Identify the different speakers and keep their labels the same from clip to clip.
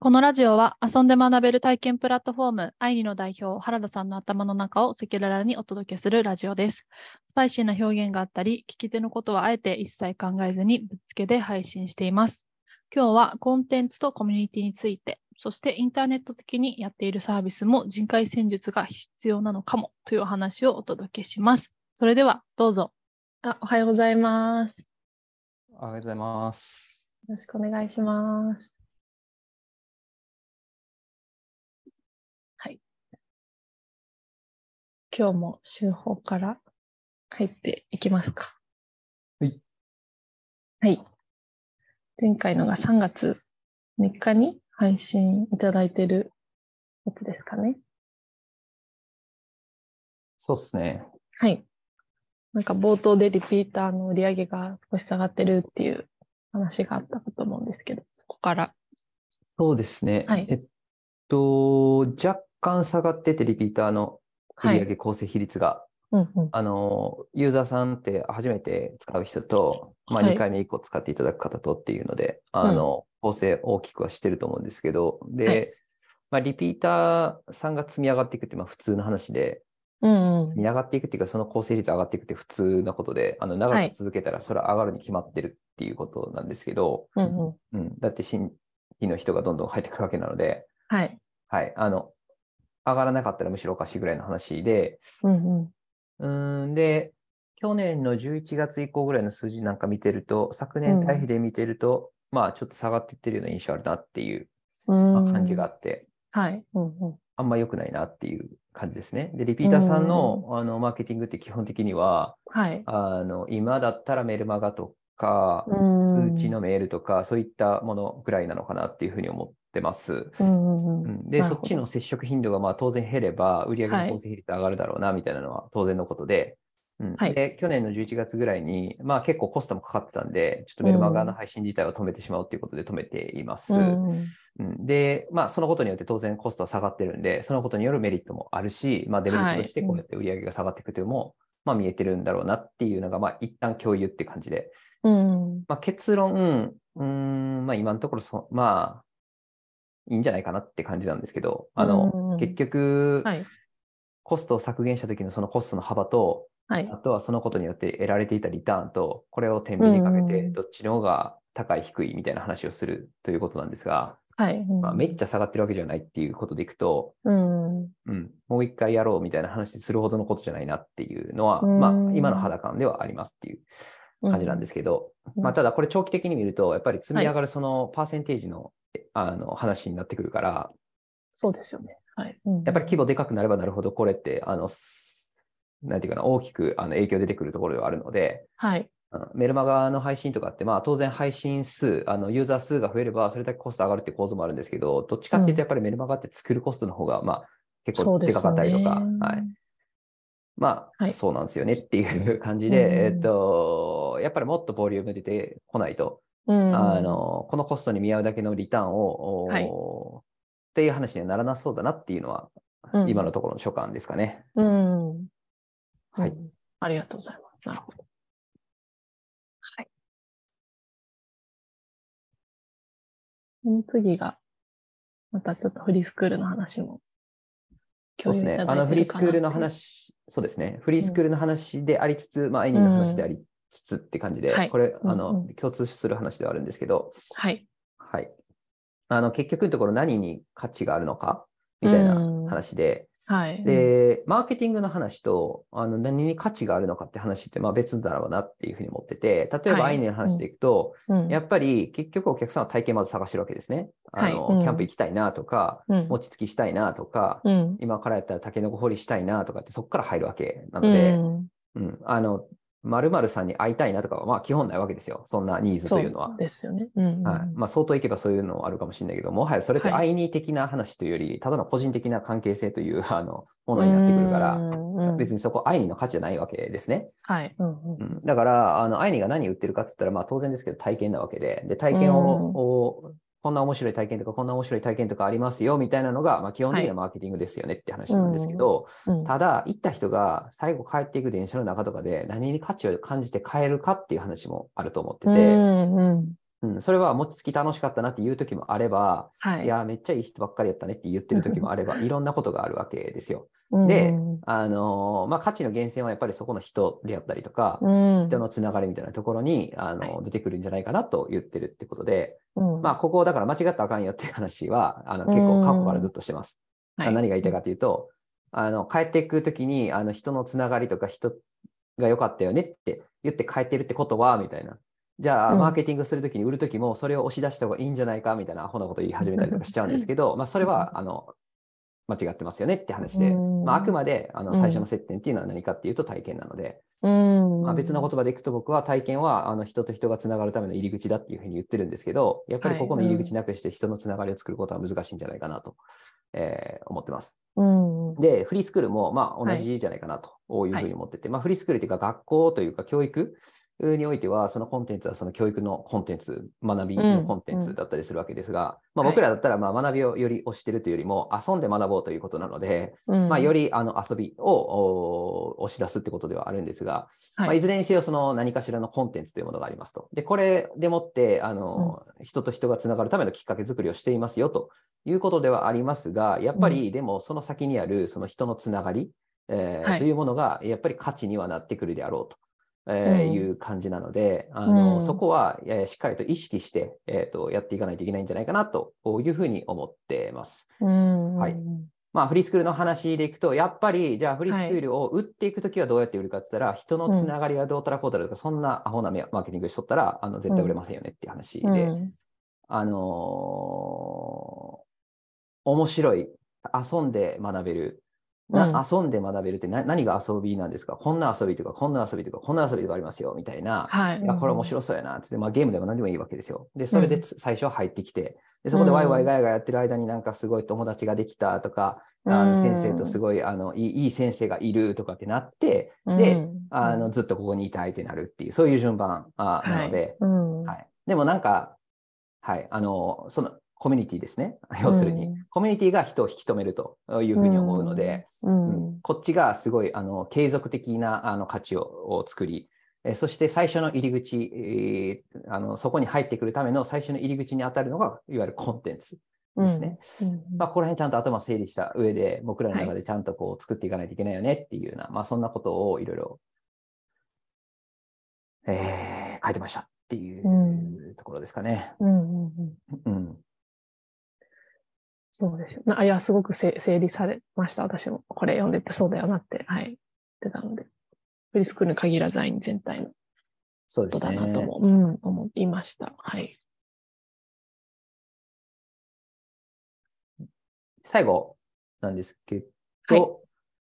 Speaker 1: このラジオは遊んで学べる体験プラットフォーム、アイニの代表、原田さんの頭の中を赤裸々にお届けするラジオです。スパイシーな表現があったり、聞き手のことはあえて一切考えずにぶっつけで配信しています。今日はコンテンツとコミュニティについて、そしてインターネット的にやっているサービスも人海戦術が必要なのかもというお話をお届けします。それではどうぞ。あおはようございます。よ
Speaker 2: おはようございます。
Speaker 1: ろしくお願いします。はい。今日も週報から入っていきますか。
Speaker 2: はい。
Speaker 1: はい。前回のが3月3日に配信いただいてるやつですかね。
Speaker 2: そうっすね。
Speaker 1: はい。なんか冒頭でリピーターの売り上げが少し下がってるっていう話があったかと思うんですけど、そこから。
Speaker 2: そうですね。
Speaker 1: はい
Speaker 2: えっと、若干下がってて、リピーターの
Speaker 1: は
Speaker 2: 売
Speaker 1: い。
Speaker 2: 上構成比率が、
Speaker 1: うんうん。
Speaker 2: あの、ユーザーさんって初めて使う人と、まあ、
Speaker 1: はい
Speaker 2: 2回目以降使っていただく方とっていうので、あの、構成大きくはしてると思うんですけど、で、
Speaker 1: はい
Speaker 2: まあ、リピーターさんが積み上がっていくって、まあ、普通の話で、
Speaker 1: うんうん
Speaker 2: 積み上がっていくっていうか、その構成率上がっていくって普通なことで、あの、長
Speaker 1: はい
Speaker 2: く続けたら、それは上がるに決まってるっていうことなんですけど、
Speaker 1: うんうん。
Speaker 2: うん、だって新規の人がどんどん入ってくるわけなので、
Speaker 1: はい。
Speaker 2: はい、あの、上がらなかったらむしろおかしいぐらいの話で、
Speaker 1: うんうん。
Speaker 2: うーん、で、去年の11月以降ぐらいの数字なんか見てると、昨
Speaker 1: う
Speaker 2: 年
Speaker 1: ん
Speaker 2: 対比で見てると、まあちょっと下がっていってるような印象あるなっていう、
Speaker 1: う
Speaker 2: まあ
Speaker 1: ん
Speaker 2: 感じがあって、
Speaker 1: はい。うんうん。
Speaker 2: あんま良くないなっていう感じですね。で、リピーターさんのあのマーケティングって基本的には、
Speaker 1: はい。
Speaker 2: あの、今だったらメルマガとか、
Speaker 1: うん
Speaker 2: 通知のメールとか、そういったものぐらいなのかなっていうふうに思ってます。
Speaker 1: うんうんう。
Speaker 2: うんんで、
Speaker 1: なる
Speaker 2: そ
Speaker 1: ほ
Speaker 2: っ
Speaker 1: ど
Speaker 2: ちの接触頻度がまあ当然減れば、売上の
Speaker 1: はい
Speaker 2: 構成比率上がるだろうな、みたいなのは当然のことで、うん
Speaker 1: はい
Speaker 2: で去年の11月ぐらいに、まあ、結構コストもかかってたんで、ちょっとメルマガの配信自体を止めてしまうということで止めています。
Speaker 1: うんうん
Speaker 2: うんで、まあ、そのことによって当然コストは下がってるんで、そのことによるメリットもあるし、まあ、デメリットとしてこうやって売上が下がっていくというのも、まあ、見えてるんだろうなっていうのが、まあ、一旦共有っていう感じで、
Speaker 1: うんうん。
Speaker 2: まあ、結論、うーん、まあ今のところそ、まあ、いいんじゃないかなって感じなんですけど、あ
Speaker 1: うんうんう
Speaker 2: の
Speaker 1: ん、
Speaker 2: 結局、
Speaker 1: はい。
Speaker 2: コストを削減した時のそのコストの幅と、
Speaker 1: はい
Speaker 2: あ。とはそのことによって得られていたリターンと、これを天秤にかけ
Speaker 1: うんう
Speaker 2: て、
Speaker 1: ん
Speaker 2: どっちの方が高い、低いみたいな話をするということなんですが、
Speaker 1: はい。
Speaker 2: まあ、めっ
Speaker 1: ゃ。
Speaker 2: ちゃ下がってるわけじゃないっていうことでいくと、
Speaker 1: うん。
Speaker 2: うん、もう一回やろうみたいな話するほどのことじゃないなっていうのは、
Speaker 1: うん
Speaker 2: まあ、今の肌感ではありますっていう感じなんですけど、
Speaker 1: うん
Speaker 2: まあ、ただこれ長期的に見ると、やっぱり積み上がるそのパーセンテージの,、あの話になってくるから、
Speaker 1: そうですよね。はい。
Speaker 2: やっぱり規模でかくなればなるほど、これって、あの、すなんていうかな、大きくあの影響出てくるところではあるので、
Speaker 1: はい。
Speaker 2: あのメルマガの配信とかって、まあ当然配信数、あのユーザー数が増えれば、それだけコスト上がるっていう構造もあるんですけど、どっちかっていう
Speaker 1: うん
Speaker 2: とやっぱりメルマガって作るコストの方が、まあ結
Speaker 1: そ
Speaker 2: 構
Speaker 1: うで
Speaker 2: ですか
Speaker 1: よ
Speaker 2: かったりとか、
Speaker 1: ね
Speaker 2: はい。。まあ、
Speaker 1: はい
Speaker 2: そうなんですよねっていう感じで、
Speaker 1: うん
Speaker 2: えっと、やっぱりもっとボリューム出てこないと、
Speaker 1: うん。
Speaker 2: あ、の、このコストに見合うだけのリターンを、おー
Speaker 1: はい
Speaker 2: っていう話にはならなそうだなっていうのは、
Speaker 1: うん
Speaker 2: 今のところの所感ですかね。
Speaker 1: うん。
Speaker 2: はい
Speaker 1: うん。ありがとうございます。なるほど。はい。その次が、またちょっとフリースクールの話も。
Speaker 2: そうですね。あの、フリースクールの。話、そうですね。フリースクールの話でありつつ、まあ、エニーの話でありつつって感じで、
Speaker 1: はい
Speaker 2: これ、あ
Speaker 1: うん
Speaker 2: の、共通する話ではあるんですけど、
Speaker 1: はい。
Speaker 2: はい。あの、結局のところ何に価値があるのか、みたいな
Speaker 1: うん
Speaker 2: 話で、
Speaker 1: はい。
Speaker 2: で、マーケティングの話と、あの何に価値があるのかって話って、まあ別だろうなっていうふうに思ってて、例えば
Speaker 1: は
Speaker 2: ア
Speaker 1: い
Speaker 2: イネの話でいくと、
Speaker 1: うん、
Speaker 2: やっぱり結局お客さんは体験まず探してるわけですね。あの、
Speaker 1: はいうん
Speaker 2: キャンプ行きたいなとか、
Speaker 1: うん、
Speaker 2: 餅つきしたいなとか、
Speaker 1: うん。
Speaker 2: 今からやったらタケノコ掘りしたいなとかってそこから入るわけなので、
Speaker 1: うん
Speaker 2: うん、あの、〇〇さんに会いたいなとかは、まあ基本ないわけですよ。そんなニーズというのは
Speaker 1: そ。ですよね。うん。
Speaker 2: はい。まあ、相当いけばそういうのはあるかもしれないけど、もはやそれって
Speaker 1: は
Speaker 2: 愛に的な話というより、ただの個人的な関係性という、 あの、ものになってくるから、別
Speaker 1: に。
Speaker 2: にそこ愛にの価値じゃないわけですね。
Speaker 1: はい。うんうん
Speaker 2: うん、だから、あの、愛にが何売ってるかって言ったら、まあ、当然ですけど、体験なわけで、で、体験
Speaker 1: うん
Speaker 2: を、をこんな面白い体験とか、こんな面白い体験とかありますよ、みたいなのが、まあ、基本的
Speaker 1: は
Speaker 2: なマーケティングですよねって話なんですけど、
Speaker 1: うん。
Speaker 2: ただ、行った人が最後帰っていく電車の中とかで、何に価値を感じて帰るかっていう話もあると思ってて、
Speaker 1: うんうん
Speaker 2: うん、それは餅つき楽しかったなっていう時もあれば、
Speaker 3: はい
Speaker 2: いやー、めっちゃいい人ばっかりやったねって言ってる時もあれ ば、いろんなことがあるわけですよ。
Speaker 3: うん
Speaker 2: であのーまあ、価値の源泉はやっぱりそこの人であったりとか、
Speaker 3: うん
Speaker 2: 人のつながりみたいなところに、あのー
Speaker 3: は
Speaker 2: 出てくるんじゃないかなと言ってるってことで、
Speaker 3: うん
Speaker 2: まあ、ここをだから間違ったらあかんよっていう話は、あの結構過去からずっとしてます。
Speaker 3: はい
Speaker 2: 何が言いたいかというと、あの帰っていくときにあの人のつながりとか人が良かったよねって言って帰ってるってことはみたいな。じゃあ、
Speaker 3: うん
Speaker 2: マーケティングするときに売るときもそれを押し出した方がいいんじゃないかみたいなアホなこと言い始めたりとかしちゃうんですけど、まあそれはあの間違ってますよねって話で、
Speaker 3: うん
Speaker 2: まあ、あくまであ
Speaker 3: う
Speaker 2: の
Speaker 3: ん
Speaker 2: 最初の接点っていうのは何かっていうと体験なので、
Speaker 3: うん
Speaker 2: まあ、別の言葉でいくと僕は体験はあの人と人がつながるための入り口だっていうふうに言ってるんですけど、やっぱりここの入り口なくして人のつながりを作ることは難しいんじゃないかなと、えー思ってます。
Speaker 3: うん
Speaker 2: で、フリースクールもまあ
Speaker 3: は
Speaker 2: 同
Speaker 3: い
Speaker 2: じじゃないかなというふうに思ってて、まあ、フリースクールというか学校というか教育においては、そのコンテンツはその教育のコンテンツ、学びのコンテ
Speaker 3: う
Speaker 2: ン
Speaker 3: ん
Speaker 2: ツだったりするわけですが、
Speaker 3: ん
Speaker 2: まあ、僕らだったらまあ学びをより推してるというよりも、遊んで学ぼうということなので、
Speaker 3: うん
Speaker 2: まあ、よりあの遊びをお押し出すってことではあるんですが、
Speaker 3: はい
Speaker 2: いまあ、いずれにせよその何かしらのコンテンツというものがありますと。で、これでもってあの、人と人がつながるためのきっかけ作りをしていますよということではありますが、やっぱりでもその先にあるその人のつながり、えー
Speaker 3: はい
Speaker 2: というものがやっぱり価値にはなってくるであろうと。えー
Speaker 3: うん
Speaker 2: いう感じなので、あの
Speaker 3: うん
Speaker 2: そこは、えーしっかりと意識して、えーとやっていかないといけないんじゃないかなというふうに思ってます。
Speaker 3: うん
Speaker 2: はいまあ、フリースクールの話でいくと、やっぱり、じゃあフリースクールを売っていくときはどうやって売るかって言ったら、人のつながりはどうたらこうたらとか、そんなアホなマーケティングしとったら、あの絶対売れませんよねっていう話で、
Speaker 3: うん
Speaker 2: あのー面白い、遊んで学べる、な遊んで学べるってな何が遊びなんですかこんな遊びとか、こんな遊びとか、こんな遊びとかありますよ、みたいな。
Speaker 3: はい
Speaker 2: いやこれ面白そうやなっつって、まあ、ゲームでも何でもいいわけですよ。で、それでつ最初は入ってきて、でそこでワイワイガヤガヤやってる間になんかすごい友達ができたとか、あの先生とす
Speaker 3: ご
Speaker 2: ごいあのいいいい先生がいるとかってなって、
Speaker 3: い
Speaker 2: であのずっとここにいたいってなるっていう、そういう順番あなので、
Speaker 3: うん
Speaker 2: はいでもなんか、はい、あのそのコミュニティですね、 要するに、
Speaker 3: うん
Speaker 2: コミュニティが人を引き止めるというふうに思うので、
Speaker 3: うん
Speaker 2: うんこっちがすごいあの継続的なあの価値をを作り、えーそして最初の入り口、えーあの、そこに入ってくるための最初の入り口に当たるのが、いわゆるコンテンツですね。
Speaker 3: うん
Speaker 2: まあ、この辺ちゃんと頭整理した上で、僕らの
Speaker 3: は
Speaker 2: 中でちゃんとこう作っていかないといけないよねっていうような、まあ、そんなことをいろいろ、えー書いてましたっていううところですかね。
Speaker 3: うんうんうん
Speaker 2: うん。
Speaker 3: そうですよな。いや、すごくせ整理されました。私もこれ読んでてそうだよなって、はい、言ってたので。フリスクールに限らず、アイン全体のこ
Speaker 2: そうで
Speaker 3: と
Speaker 2: す
Speaker 3: だ
Speaker 2: ね。
Speaker 3: なとも、うん、思いました。はい。
Speaker 2: 最後なんですけ
Speaker 3: は
Speaker 2: ど、
Speaker 3: い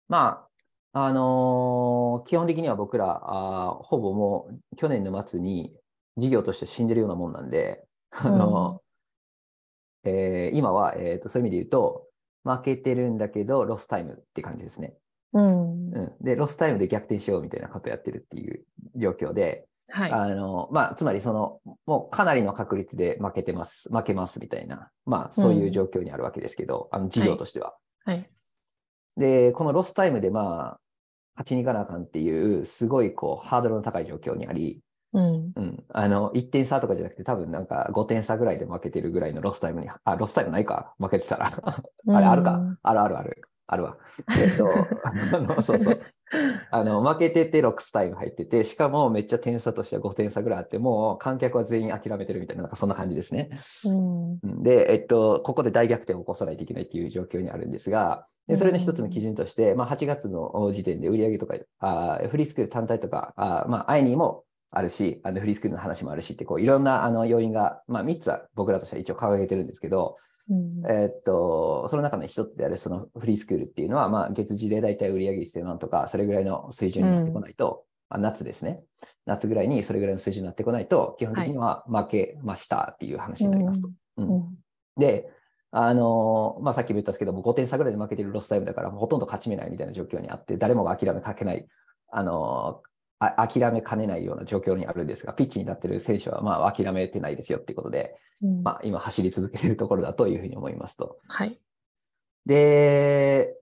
Speaker 2: まあ、あのー基本的には僕ら、あーほぼもう去年の末に事業として死んでるようなもんなんで、あのーえー今は、えーとそういう意味で言うと、負けてるんだけど、ロスタイムって感じですね。
Speaker 3: うん。
Speaker 2: うん、で、ロスタイムで逆転しようみたいなことやってるっていう状況で、
Speaker 3: はい。
Speaker 2: あの、まあ、つまりその、もうかなりの確率で負けてます、負けますみたいな、まあ、そういう状況にあるわけですけど、あの、事業としては。
Speaker 3: はい。
Speaker 2: で、このロスタイムで、まあ、勝ちに行かなあかんっていう、すごい、こう、ハードルの高い状況にあり、
Speaker 3: うん。
Speaker 2: うん、あの、1点差とかじゃなくて、多分なんか5点差ぐらいで負けてるぐらいのロスタイムに、あ、ロスタイムないか、負けてたら。あれ、あるか。あるあるある。あるわ。えっと、あのそうそう。あの、負けてて6スタイム入ってて、しかもめっちゃ点差としては5点差ぐらいあって、もう観客は全員諦めてるみたいな、なんかそんな感じですね。
Speaker 3: うん。うん。
Speaker 2: うんで、えっと、ここで大逆転を起こさないといけないっていう状況にあるんですが、でそれの一つの基準として、まあ、8月の時点で売上とか、あーフリースクール単体とか、あーまあ、アイニーもあるし、あのフリースクールの話もあるしって、こう、いろんなあの要因が、まあ、3つは僕らとしては一応掲げてるんですけど、
Speaker 3: うん
Speaker 2: えーっと、その中の一つであるそのフリースクールっていうのは、まあ、月次で大体売上1000万とか、それぐらいの水準になってこないと、あ夏ですね。夏ぐらいにそれぐらいの水準になってこないと、基本的には負けましたっていう話になりますと。
Speaker 3: うんうん
Speaker 2: で、あのーまあ、さっきも言ったんですけども、5点差ぐらいで負けてるロスタイムだから、もうほとんど勝ち目ないみたいな状況にあって、誰もが諦めかけない、あのーあ諦めかねないような状況にあるんですが、ピッチになってる選手は、まあ、諦めてないですよっていうことで、
Speaker 3: うん
Speaker 2: まあ、今走り続けてるところだというふうに思いますと。
Speaker 3: はい。
Speaker 2: で、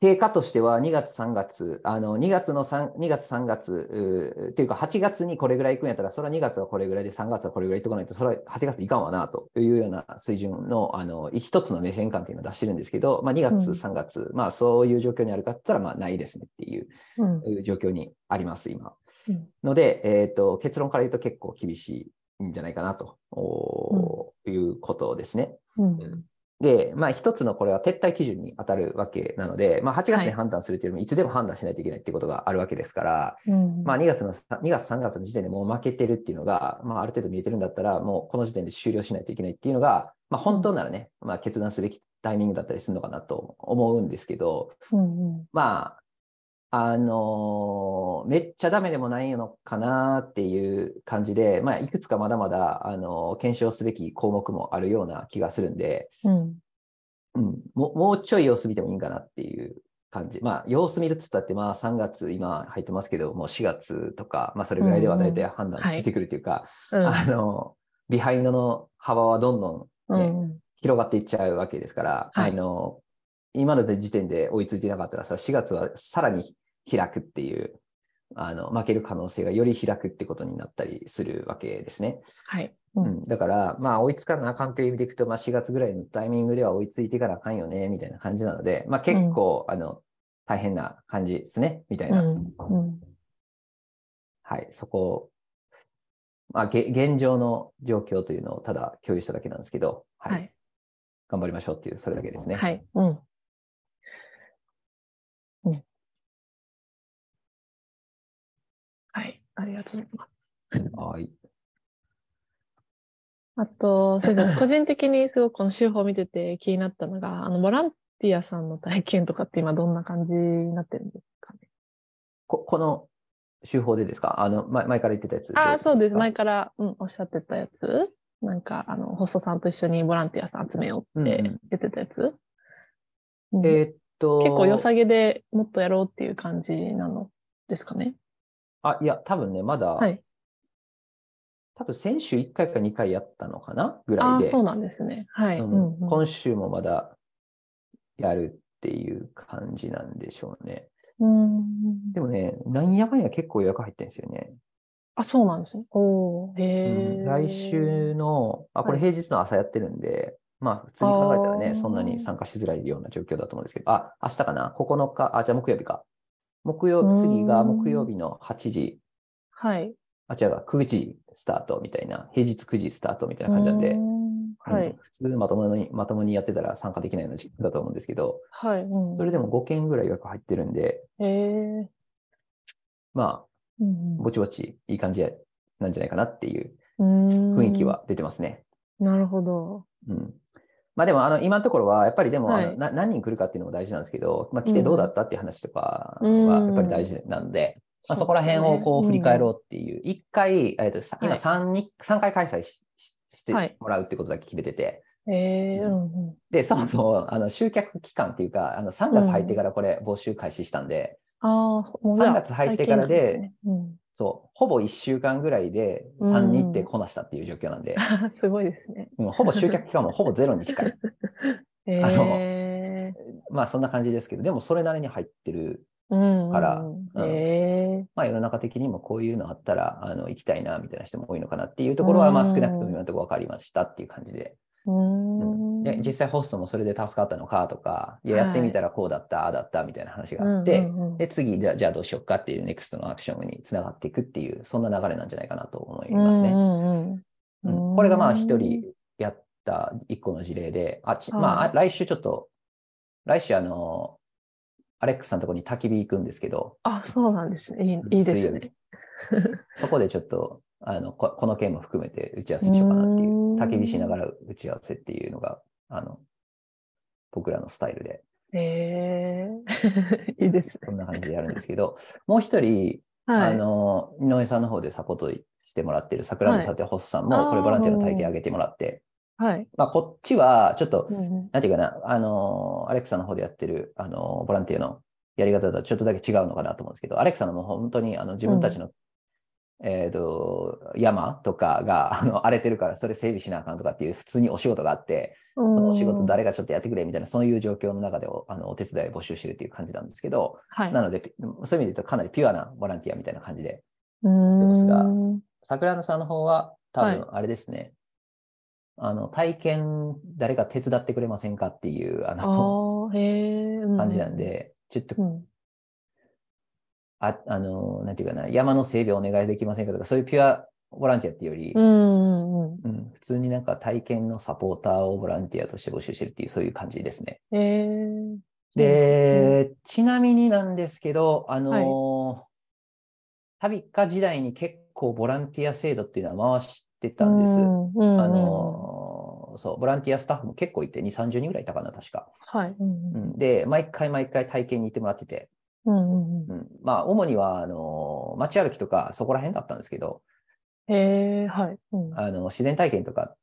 Speaker 2: 経過としては2月3月、あの2月の3、2月3月、うーっていうか8月にこれぐらい行くんやったら、それは2月はこれぐらいで3月はこれぐらい行っとかないと、それは8月いかんわな、というような水準の、あの、一つの目線感っていうのを出してるんですけど、まあ2月、
Speaker 1: うん
Speaker 2: 3月、まあそういう状況にあるかって言ったら、まあないですねっていう
Speaker 1: うん
Speaker 2: いう状況にあります、今
Speaker 1: うん。
Speaker 2: ので、えっ、と、結論から言うと結構厳しいんじゃないかなと、おーいうことですね。
Speaker 1: うん
Speaker 2: で、まあ、一つのこれは撤退基準に当たるわけなので、まあ、8月
Speaker 3: は
Speaker 2: に
Speaker 3: い
Speaker 2: 判断するというよりも、いつでも判断しないといけないっていうことがあるわけですから、
Speaker 1: うん
Speaker 2: まあ、2月の、2月、3月の時点でもう負けてるっていうのが、まあ、ある程度見えてるんだったら、もうこの時点で終了しないといけないっていうのが、まあ、本当ならね、まあ、決断すべきタイミングだったりするのかなと思うんですけど、
Speaker 1: うんうん
Speaker 2: まあ、あのーめっちゃダメでもないのかなっていう感じで、まあ、いくつかまだまだ、あのー検証すべき項目もあるような気がするんで、
Speaker 1: うん
Speaker 2: うん、もうもうちょい様子見てもいいんかなっていう感じ。まあ、様子見るっつったって、まあ、3月、今入ってますけど、もう4月とか、まあ、それぐらいでは大体判断
Speaker 3: うんうん
Speaker 2: ついてくるというか、
Speaker 1: うん
Speaker 2: あの、ビハインドの幅はどんどん
Speaker 1: うん
Speaker 2: 広がっていっちゃうわけですから、
Speaker 3: はい
Speaker 2: あの、今の時点で追いついてなかったら、それは4月はさらに開くっていう、あの、負ける可能性がより開くってことになったりするわけですね。
Speaker 3: はい。
Speaker 1: う
Speaker 2: うんん、だから、まあ、追いつかなあかんという意味でいくと、まあ、4月ぐらいのタイミングでは追いついてからあかんよね、みたいな感じなので、まあ、結構、あの、大変な感じですね、みたいな。
Speaker 1: うん
Speaker 2: はい、そこを、まあ、げ現状の状況というのをただ共有しただけなんですけど、はい。
Speaker 3: はい。
Speaker 2: 頑張りましょうっていう、それだけですね。
Speaker 3: はい。
Speaker 1: うん
Speaker 3: はい。ありがとうございます。
Speaker 2: はい。
Speaker 1: あと、そうですね個人的にすごくこの手法を見てて気になったのが、あの、ボランティアさんの体験とかって今どんな感じになってるんですかね。
Speaker 2: ここの手法でですかあの、前前から言ってたやつ。
Speaker 1: ああ、そうです。
Speaker 2: か
Speaker 1: 前から、うん、おっしゃってたやつ。なんか、あの、ホストさんと一緒にボランティアさん集めようって
Speaker 2: うんうん
Speaker 1: 言ってたやつ。うん
Speaker 2: えーっと、
Speaker 1: 結構良さげでもっとやろうっていう感じなのですかね。
Speaker 2: あ、いや、多分ね、まだ、
Speaker 1: はい。
Speaker 2: 多分先週1回か2回やったのかなぐら
Speaker 1: あ
Speaker 2: い
Speaker 1: あ、
Speaker 2: で。
Speaker 1: そうなんですね。はい。
Speaker 2: う
Speaker 1: うん
Speaker 2: ん今週もまだやるっていう感じなんでしょうね。
Speaker 1: うん
Speaker 2: でもね、なんやかんや結構予約入ってるんですよね。
Speaker 1: あ、そうなんですね。おー
Speaker 2: う
Speaker 1: へ
Speaker 2: ん
Speaker 1: え。
Speaker 2: 来週の、あ、これ
Speaker 1: は
Speaker 2: 平日の朝やってるんで、まあ普通に考えたら
Speaker 1: あ
Speaker 2: ね、
Speaker 1: ー
Speaker 2: そんなに参加しづらいような状況だと思うんですけど、あ、明日かな ?9 日、あ、じゃあ木曜日か。木
Speaker 1: う
Speaker 2: 曜、
Speaker 1: ん
Speaker 2: 次が木曜日の8時、
Speaker 1: はい。
Speaker 2: あ、違うわ、9時スタートみたいな、平日9時スタートみたいな感じなんで
Speaker 1: う、ん
Speaker 2: うん
Speaker 1: はい。
Speaker 2: 普通まともに、まともにやってたら参加できないような時間だと思うんですけど、
Speaker 1: はい。うん
Speaker 2: それでも5件ぐらい予約入ってるんで、
Speaker 1: へえ。
Speaker 2: まあ、
Speaker 1: うん
Speaker 2: ぼちぼちいい感じなんじゃないかなっていう
Speaker 1: うん
Speaker 2: 雰囲気。は出てますね。
Speaker 1: なるほど。
Speaker 2: うん。まあでも、あの、今のところは、やっぱりでも、
Speaker 1: はい
Speaker 2: あのな何人来るかっていうのも大事なんですけど、まあ来てどうだったっていう話とかは、
Speaker 1: うん
Speaker 2: やっぱり大事なんで、まあそこら辺をこう振り返ろうっていう、一回、えっと、さ今
Speaker 1: はい
Speaker 2: 3に、三回開催ししして
Speaker 1: はい
Speaker 2: もらうってことだけ決めてて、
Speaker 1: う。ええ。うんうん
Speaker 2: で、そもそも、あの、集客期間っていうか、あの、3月入ってからこれ募集開始したんで、
Speaker 1: ああ、もうじゃあ
Speaker 2: 3月入ってからで
Speaker 1: 最近なんですね
Speaker 2: そう、ほぼ1週間ぐらいで3人ってこなしたっていう状 況なんで、
Speaker 1: うん、すごいですね。
Speaker 2: うんほぼ集客期間もほぼゼロに近い。
Speaker 1: え
Speaker 2: あの
Speaker 1: え。
Speaker 2: まあそんな感じですけど、でもそれなりに入ってる。
Speaker 1: うん。
Speaker 2: からうん
Speaker 1: ええ。
Speaker 2: まあ世の中的にもこういうのあったら、あの、行きたいな、みたいな人も多いのかなっていうところは、まあ
Speaker 1: うん
Speaker 2: 少なくとも今のところ分かりましたっていう感じで。
Speaker 1: う
Speaker 2: うん
Speaker 1: ん。
Speaker 2: で、実際ホストもそれで助かったのかとか、いや、やってみたらこうだった、ああだった、みたいな話があって、
Speaker 1: うんうんうん
Speaker 2: で、次、じゃあじゃあどうしようかっていうネクストのアクションにつながっていくっていう、そんな流れなんじゃないかなと思いますね。
Speaker 1: うんうんう
Speaker 2: うんんこれがまあ一人やった一個の事例で、あち
Speaker 1: はい
Speaker 2: まああ、来週ちょっと、来週あの、アレックスさんのところに焚き火行くんですけど、
Speaker 1: あ、そうなんですね。いいいいで
Speaker 2: 水
Speaker 1: す
Speaker 2: 曜日
Speaker 1: ね。
Speaker 2: そこでちょっと、あのここの件も含めて打ち合わせしようかなっていうう、
Speaker 1: ん
Speaker 2: 焚き火しながら打ち合わせっていうのが、あの、僕らのスタイルで、
Speaker 1: え え。いいですね。
Speaker 2: こんな感じでやるんですけど、もう一人、
Speaker 1: は
Speaker 2: あ
Speaker 1: い。
Speaker 2: の、井上さんの方でサポートしてもらってる桜のさてホスさんも、これボランティアの体験上げてもらって、
Speaker 1: はい。
Speaker 2: まあ、こっちはちょっと、
Speaker 1: うんうん
Speaker 2: なんていうかな、あのー、アレクサの方でやってる、あのー、ボランティアのやり方とはちょっとだけ違うのかなと思うんですけど、アレクサのもう本当にあの自分たちのえっ、と、山とかが、あ の、荒れてるから、それ整備しなあかんとかっていう、普通にお仕事があって、
Speaker 1: そ
Speaker 2: そのお仕事誰がちょっとやってくれみたいな、そういう状況の中でお、あの、お手伝いを募集してるっていう感じなんですけど、
Speaker 3: はい
Speaker 2: な。ので、そういう意味で言うと、かなりピュアなボランティアみたいな感じで、
Speaker 1: うん
Speaker 2: ますが
Speaker 1: うん
Speaker 2: 桜野さんの方は、多
Speaker 1: は
Speaker 2: 分、あれですね、あの、体験、誰か手伝ってくれませんかっていう、あ
Speaker 1: あ
Speaker 2: の、
Speaker 1: ーへえ。う
Speaker 2: 感じなん。で、ちょっと
Speaker 1: うん
Speaker 2: あ、あの、なんていうかな、山の整備お願いできませんかとか、そういうピュアボランティアっていうより、
Speaker 1: う
Speaker 2: うん
Speaker 1: んうん
Speaker 2: 普通になんか体験のサポーターをボランティアとして募集してるっていう、そういう感じですね。
Speaker 1: うん。へえ。
Speaker 2: で、ちなみになんですけど、あの、旅か時代に結構ボランティア制度っていうのは回してたんです。
Speaker 1: うんうんうん
Speaker 2: あの、そう、ボランティアスタッフも結構いて、2、30人ぐらいいたかな、確か。
Speaker 3: はい。
Speaker 1: うん
Speaker 2: うんで、毎回毎回体験に行ってもらってて、
Speaker 1: うんうんうん
Speaker 2: うんまあ、主には、あの、街歩きとか、そこら辺だったんですけど、
Speaker 1: へえ、はい。うん
Speaker 2: あの、自然体験とか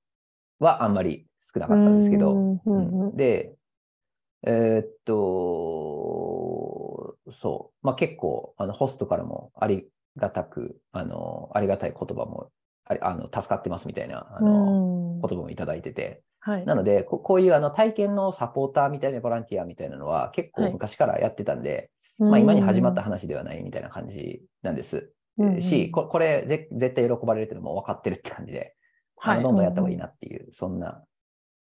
Speaker 2: はあんまり少なかったんですけ
Speaker 1: う
Speaker 2: ど、
Speaker 1: んう
Speaker 2: うん
Speaker 1: うん
Speaker 2: で、えーっと、そう、まあ、結構、あの、ホストからもありがたく、あの、ありがたい言葉も、ありあの、助かってますみたいな、あの、
Speaker 1: うん
Speaker 2: 言葉もいただいてて、
Speaker 1: はい。
Speaker 2: なので、ここういうあの体験のサポーターみたいなボランティアみたいなのは結構昔からやってたんで、まあ今に始まった話ではないみたいな感じなんです。
Speaker 1: うんうん
Speaker 2: し、ここれぜ絶対喜ばれるっていうのも分かってるって感じで、
Speaker 1: はい
Speaker 2: あのどんどんやった方がいいなっていう、そんな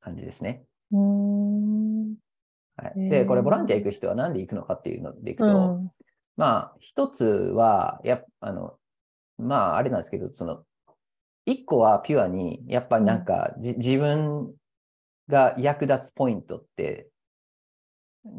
Speaker 2: 感じですね。
Speaker 1: うん。
Speaker 2: はい
Speaker 1: へー
Speaker 2: で、これボランティア行く人はなんで行くのかっていうので行く
Speaker 1: う
Speaker 2: と、
Speaker 1: ん
Speaker 2: まあ一つは、やっあの、まああれなんですけど、その、一個はピュアに、やっぱりなんか、じ自分が役立つポイントって、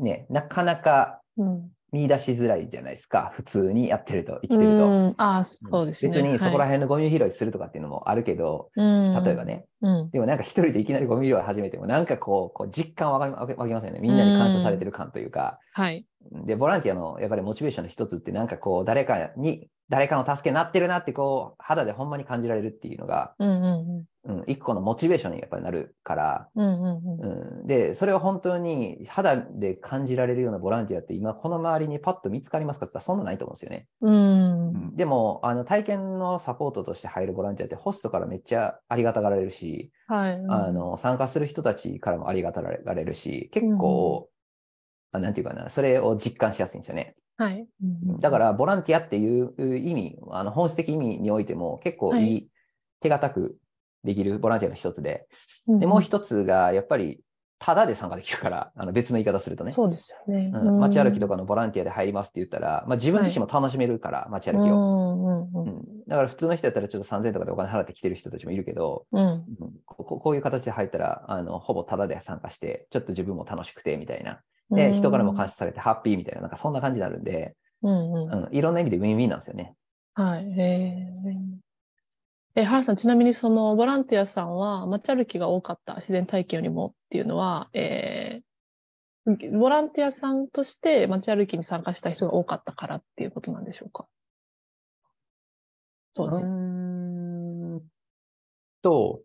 Speaker 2: ね、なかなか
Speaker 1: うん
Speaker 2: 見出しづらいじゃないですか、普通にやってると、生きてると。
Speaker 1: うんああ、そうですね。
Speaker 2: 別にそこ
Speaker 1: は
Speaker 2: ら
Speaker 1: い
Speaker 2: 辺のゴミ拾いするとかっていうのもあるけど、
Speaker 1: うん
Speaker 2: 例えばね、
Speaker 1: うん
Speaker 2: でもなんか一人でいきなりゴミ拾い始めても、なんかこう、こう実感わかりわかりませんね。みんなに感謝されてる感というか、
Speaker 1: はい。
Speaker 2: で、ボランティアのやっぱりモチベーションの一つって、なんかこう、誰かに、誰かの助けになってるなって、こう、肌でほんまに感じられるっていうのが、
Speaker 1: うんうん
Speaker 2: うん、一個のモチベーションにやっぱりなるから、
Speaker 1: うん。うんうんうん
Speaker 2: うん、で、それを本当に肌で感じられるようなボランティアって、今この周りにパッと見つかりますかって言ったら、そんなないと思うんですよね。
Speaker 1: うん
Speaker 2: でも、あの、体験のサポートとして入るボランティアって、ホストからめっちゃありがたがられるし、
Speaker 1: はい。
Speaker 2: あの、参加する人たちからもありがたがられるし、結構、あなんていうかな、それを実感しやすいんですよね。
Speaker 1: はい。
Speaker 2: だから、ボランティアっていう意味、あの、本質的意味においても、結構いい、
Speaker 3: は
Speaker 2: 手堅くできるボランティアの一つで、
Speaker 1: ら
Speaker 2: で、もう一つが、やっぱり、ただで参加できるから、あの別の言い方するとね。
Speaker 1: そうですよね。
Speaker 2: うん街歩きと
Speaker 1: か
Speaker 2: かのボランティアで入りますって言ったら、まあ、自分自身も楽しめるから、街歩きを。
Speaker 1: を
Speaker 2: う。んだから普通の人だったらちょっと3000とかでお金払ってきてる人たちもいるけど、
Speaker 1: うんうん
Speaker 2: うんこここういう形で入ったらあのほぼタダで参加してちょっと自分も楽しくてみたいなで人からも感謝されてハッピーみたいななんかそんな感じになるんで、
Speaker 1: うんうん
Speaker 2: うん、いろんな意味でウィンウィンなんですよね。
Speaker 1: はい。えー、え、原さん、ちなみにそのボランティアさんは街歩きが多かった自然体験よりもっていうのは、えー、ボランティアさんとして街歩きに参加した人が多かったからっていうことなんでしょうか当時。
Speaker 2: んと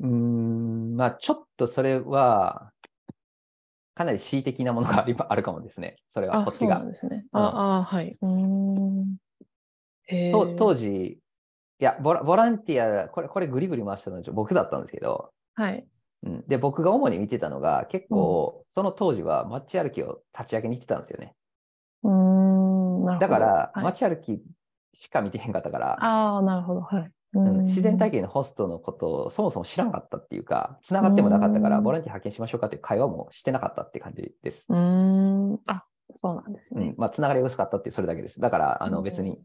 Speaker 2: うーんまあちょっとそれはかなり恣意的なものがありあるかもですねそれは
Speaker 1: あ、
Speaker 2: こっち
Speaker 1: そう
Speaker 2: が
Speaker 1: なん。ですね。
Speaker 2: うん
Speaker 1: ああ、はい。うーん。え
Speaker 2: と
Speaker 1: ー、
Speaker 2: 当
Speaker 1: 時。
Speaker 2: 時、いやボラ、ボランティア、これ、これぐりぐり回したのは僕だったんですけど、
Speaker 1: はい。
Speaker 2: うん、で、僕が主に見てたのが、結構、その当時は街歩きを立ち上げに行ってたんですよね。
Speaker 1: うーん、なるほど。
Speaker 2: だから、
Speaker 1: はい、
Speaker 2: 街歩きしか見てへんかったから、
Speaker 1: ああ、なるほど。はい。う
Speaker 2: うんん、自然体験のホストのことをそもそも知らなかったっていうか、つながってもなかったから、
Speaker 1: うん
Speaker 2: ボランティア派遣しましょうかっていう会話もしてなかったって感じです。
Speaker 1: うーん。あ、そうなんです
Speaker 2: う
Speaker 1: ね。
Speaker 2: ん、まあ、つながりが薄かったってそれだけです。だから、あ
Speaker 1: う
Speaker 2: の
Speaker 1: ん
Speaker 2: 別に、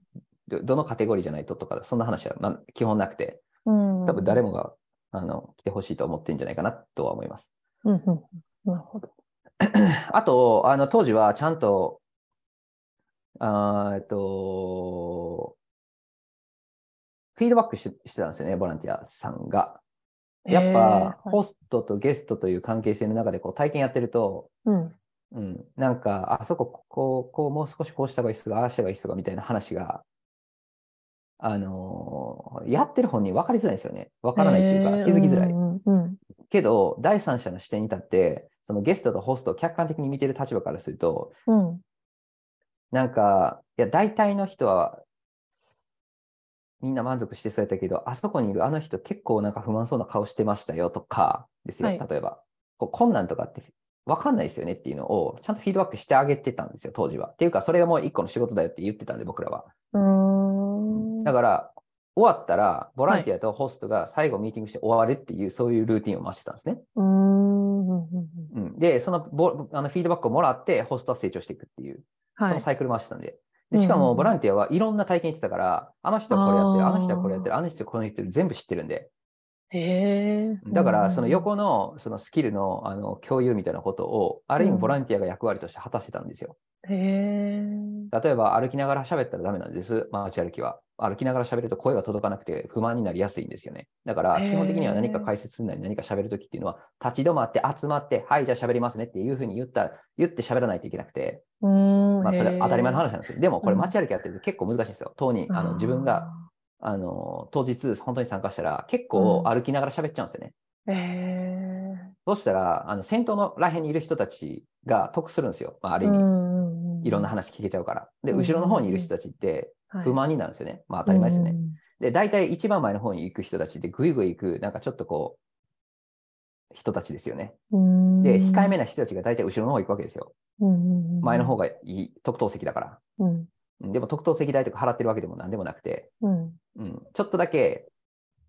Speaker 2: どどのカテゴリーじゃないととか、そんな話はな基本なくて、
Speaker 1: うん。
Speaker 2: 多分誰もが、あの、来てほしいと思ってんじゃないかなとは思います。
Speaker 1: うんうんうん、なるほど。
Speaker 2: あと、あの、当時はちゃんと、あーえっと、フィードバックしてしてたんですよね、ボランティアさんが。やっぱ、
Speaker 1: へーはい
Speaker 2: ホストとゲストという関係性の中でこう体験やってると、
Speaker 1: うん、
Speaker 2: うん、なんか、あそこ、ここ、こう、もう少しこうした方がいいっすが、ああした方がいいっすが、みたいな話が、あのーやってる本人分かりづらいんですよね。分からないっていうか、
Speaker 1: へー
Speaker 2: 気づきづらい。
Speaker 1: うんうん
Speaker 2: けど、第三者の視点に立って、そのゲストとホストを客観的に見てる立場からすると、
Speaker 1: うん
Speaker 2: なんか、いや、大体の人は、みんな満足してそうやったけど、あそこにいるあの人結構なんか不満そうな顔してましたよとかですよ、
Speaker 1: はい
Speaker 2: 例えば。こう困難とかって分かんないですよねっていうのをちゃんとフィードバックしてあげてたんですよ、当時は。っていうか、それがもう一個の仕事だよって言ってたんで、僕らは。
Speaker 1: うーん。
Speaker 2: だから、終わったら、ボランティアとホストが最後ミーティングして終わるっていう、そういうルーティンを回してたんですね。
Speaker 1: うーんうんうんうん
Speaker 2: うん、で、そのボあのフィードバックをもらって、ホストは成長していくっていう、そ
Speaker 1: は
Speaker 2: の
Speaker 1: い。
Speaker 2: サイクル回してたんで。でしか
Speaker 1: うんうんう
Speaker 2: も、
Speaker 1: ん
Speaker 2: ボランティアはいろんな体験してたから、あの人はこれやってる、
Speaker 1: あ
Speaker 2: あ
Speaker 1: ー
Speaker 2: の人はこれやってる、あの人はこの人やってる全部知ってるんで。
Speaker 1: へえ。
Speaker 2: だから、その
Speaker 1: 横
Speaker 2: 横のそのスキルのあの共有みたいなことを、ある意味ボランティアが役割として果たしてたんですよ。
Speaker 1: へえ。
Speaker 2: 例えば、歩きながら喋ったらダメなんです、街歩きは。歩きながら喋ると声が届かなくて不満になりやすいんですよね。だから、
Speaker 1: へー
Speaker 2: 基本的には何か解説するなり何か喋るときっていうのは、立ち止まって集まって、はい、じゃあ喋りますねっていうふうに言った、言って喋らないといけなくて、
Speaker 1: うーん。
Speaker 2: まあ、それは当たり前の話なんですけど、でもこれ
Speaker 1: うん
Speaker 2: 街歩きやってると結構難しいんですよ。当に、あの自分が、。あの、当日本当に参加したら、結構
Speaker 1: う
Speaker 2: 歩きながら喋っちゃうんですよね。
Speaker 1: へえ。
Speaker 2: そうしたら、あの、先頭のらへんにいる人たちが得するんですよ。まあ、ある意味、
Speaker 1: 味
Speaker 2: いろんな話聞けちゃうから。で、
Speaker 1: うん
Speaker 2: 後ろの方にいる人たちって
Speaker 1: はい
Speaker 2: 不満になるんですよね。まあ、当たり前ですよね。
Speaker 1: うん
Speaker 2: で、大体一番前の方に行く人たちで、ぐいぐい行く、なんかちょっとこう、人たちですよね。
Speaker 1: うん
Speaker 2: で、控えめな人たちが大体後ろの方行くわけですよ。前の方
Speaker 1: が。
Speaker 2: がいい、特等席だから。
Speaker 1: うん
Speaker 2: うんでも特等席代とか払ってるわけでも何でもなくて、
Speaker 1: うん
Speaker 2: うん、ちょっとだけ、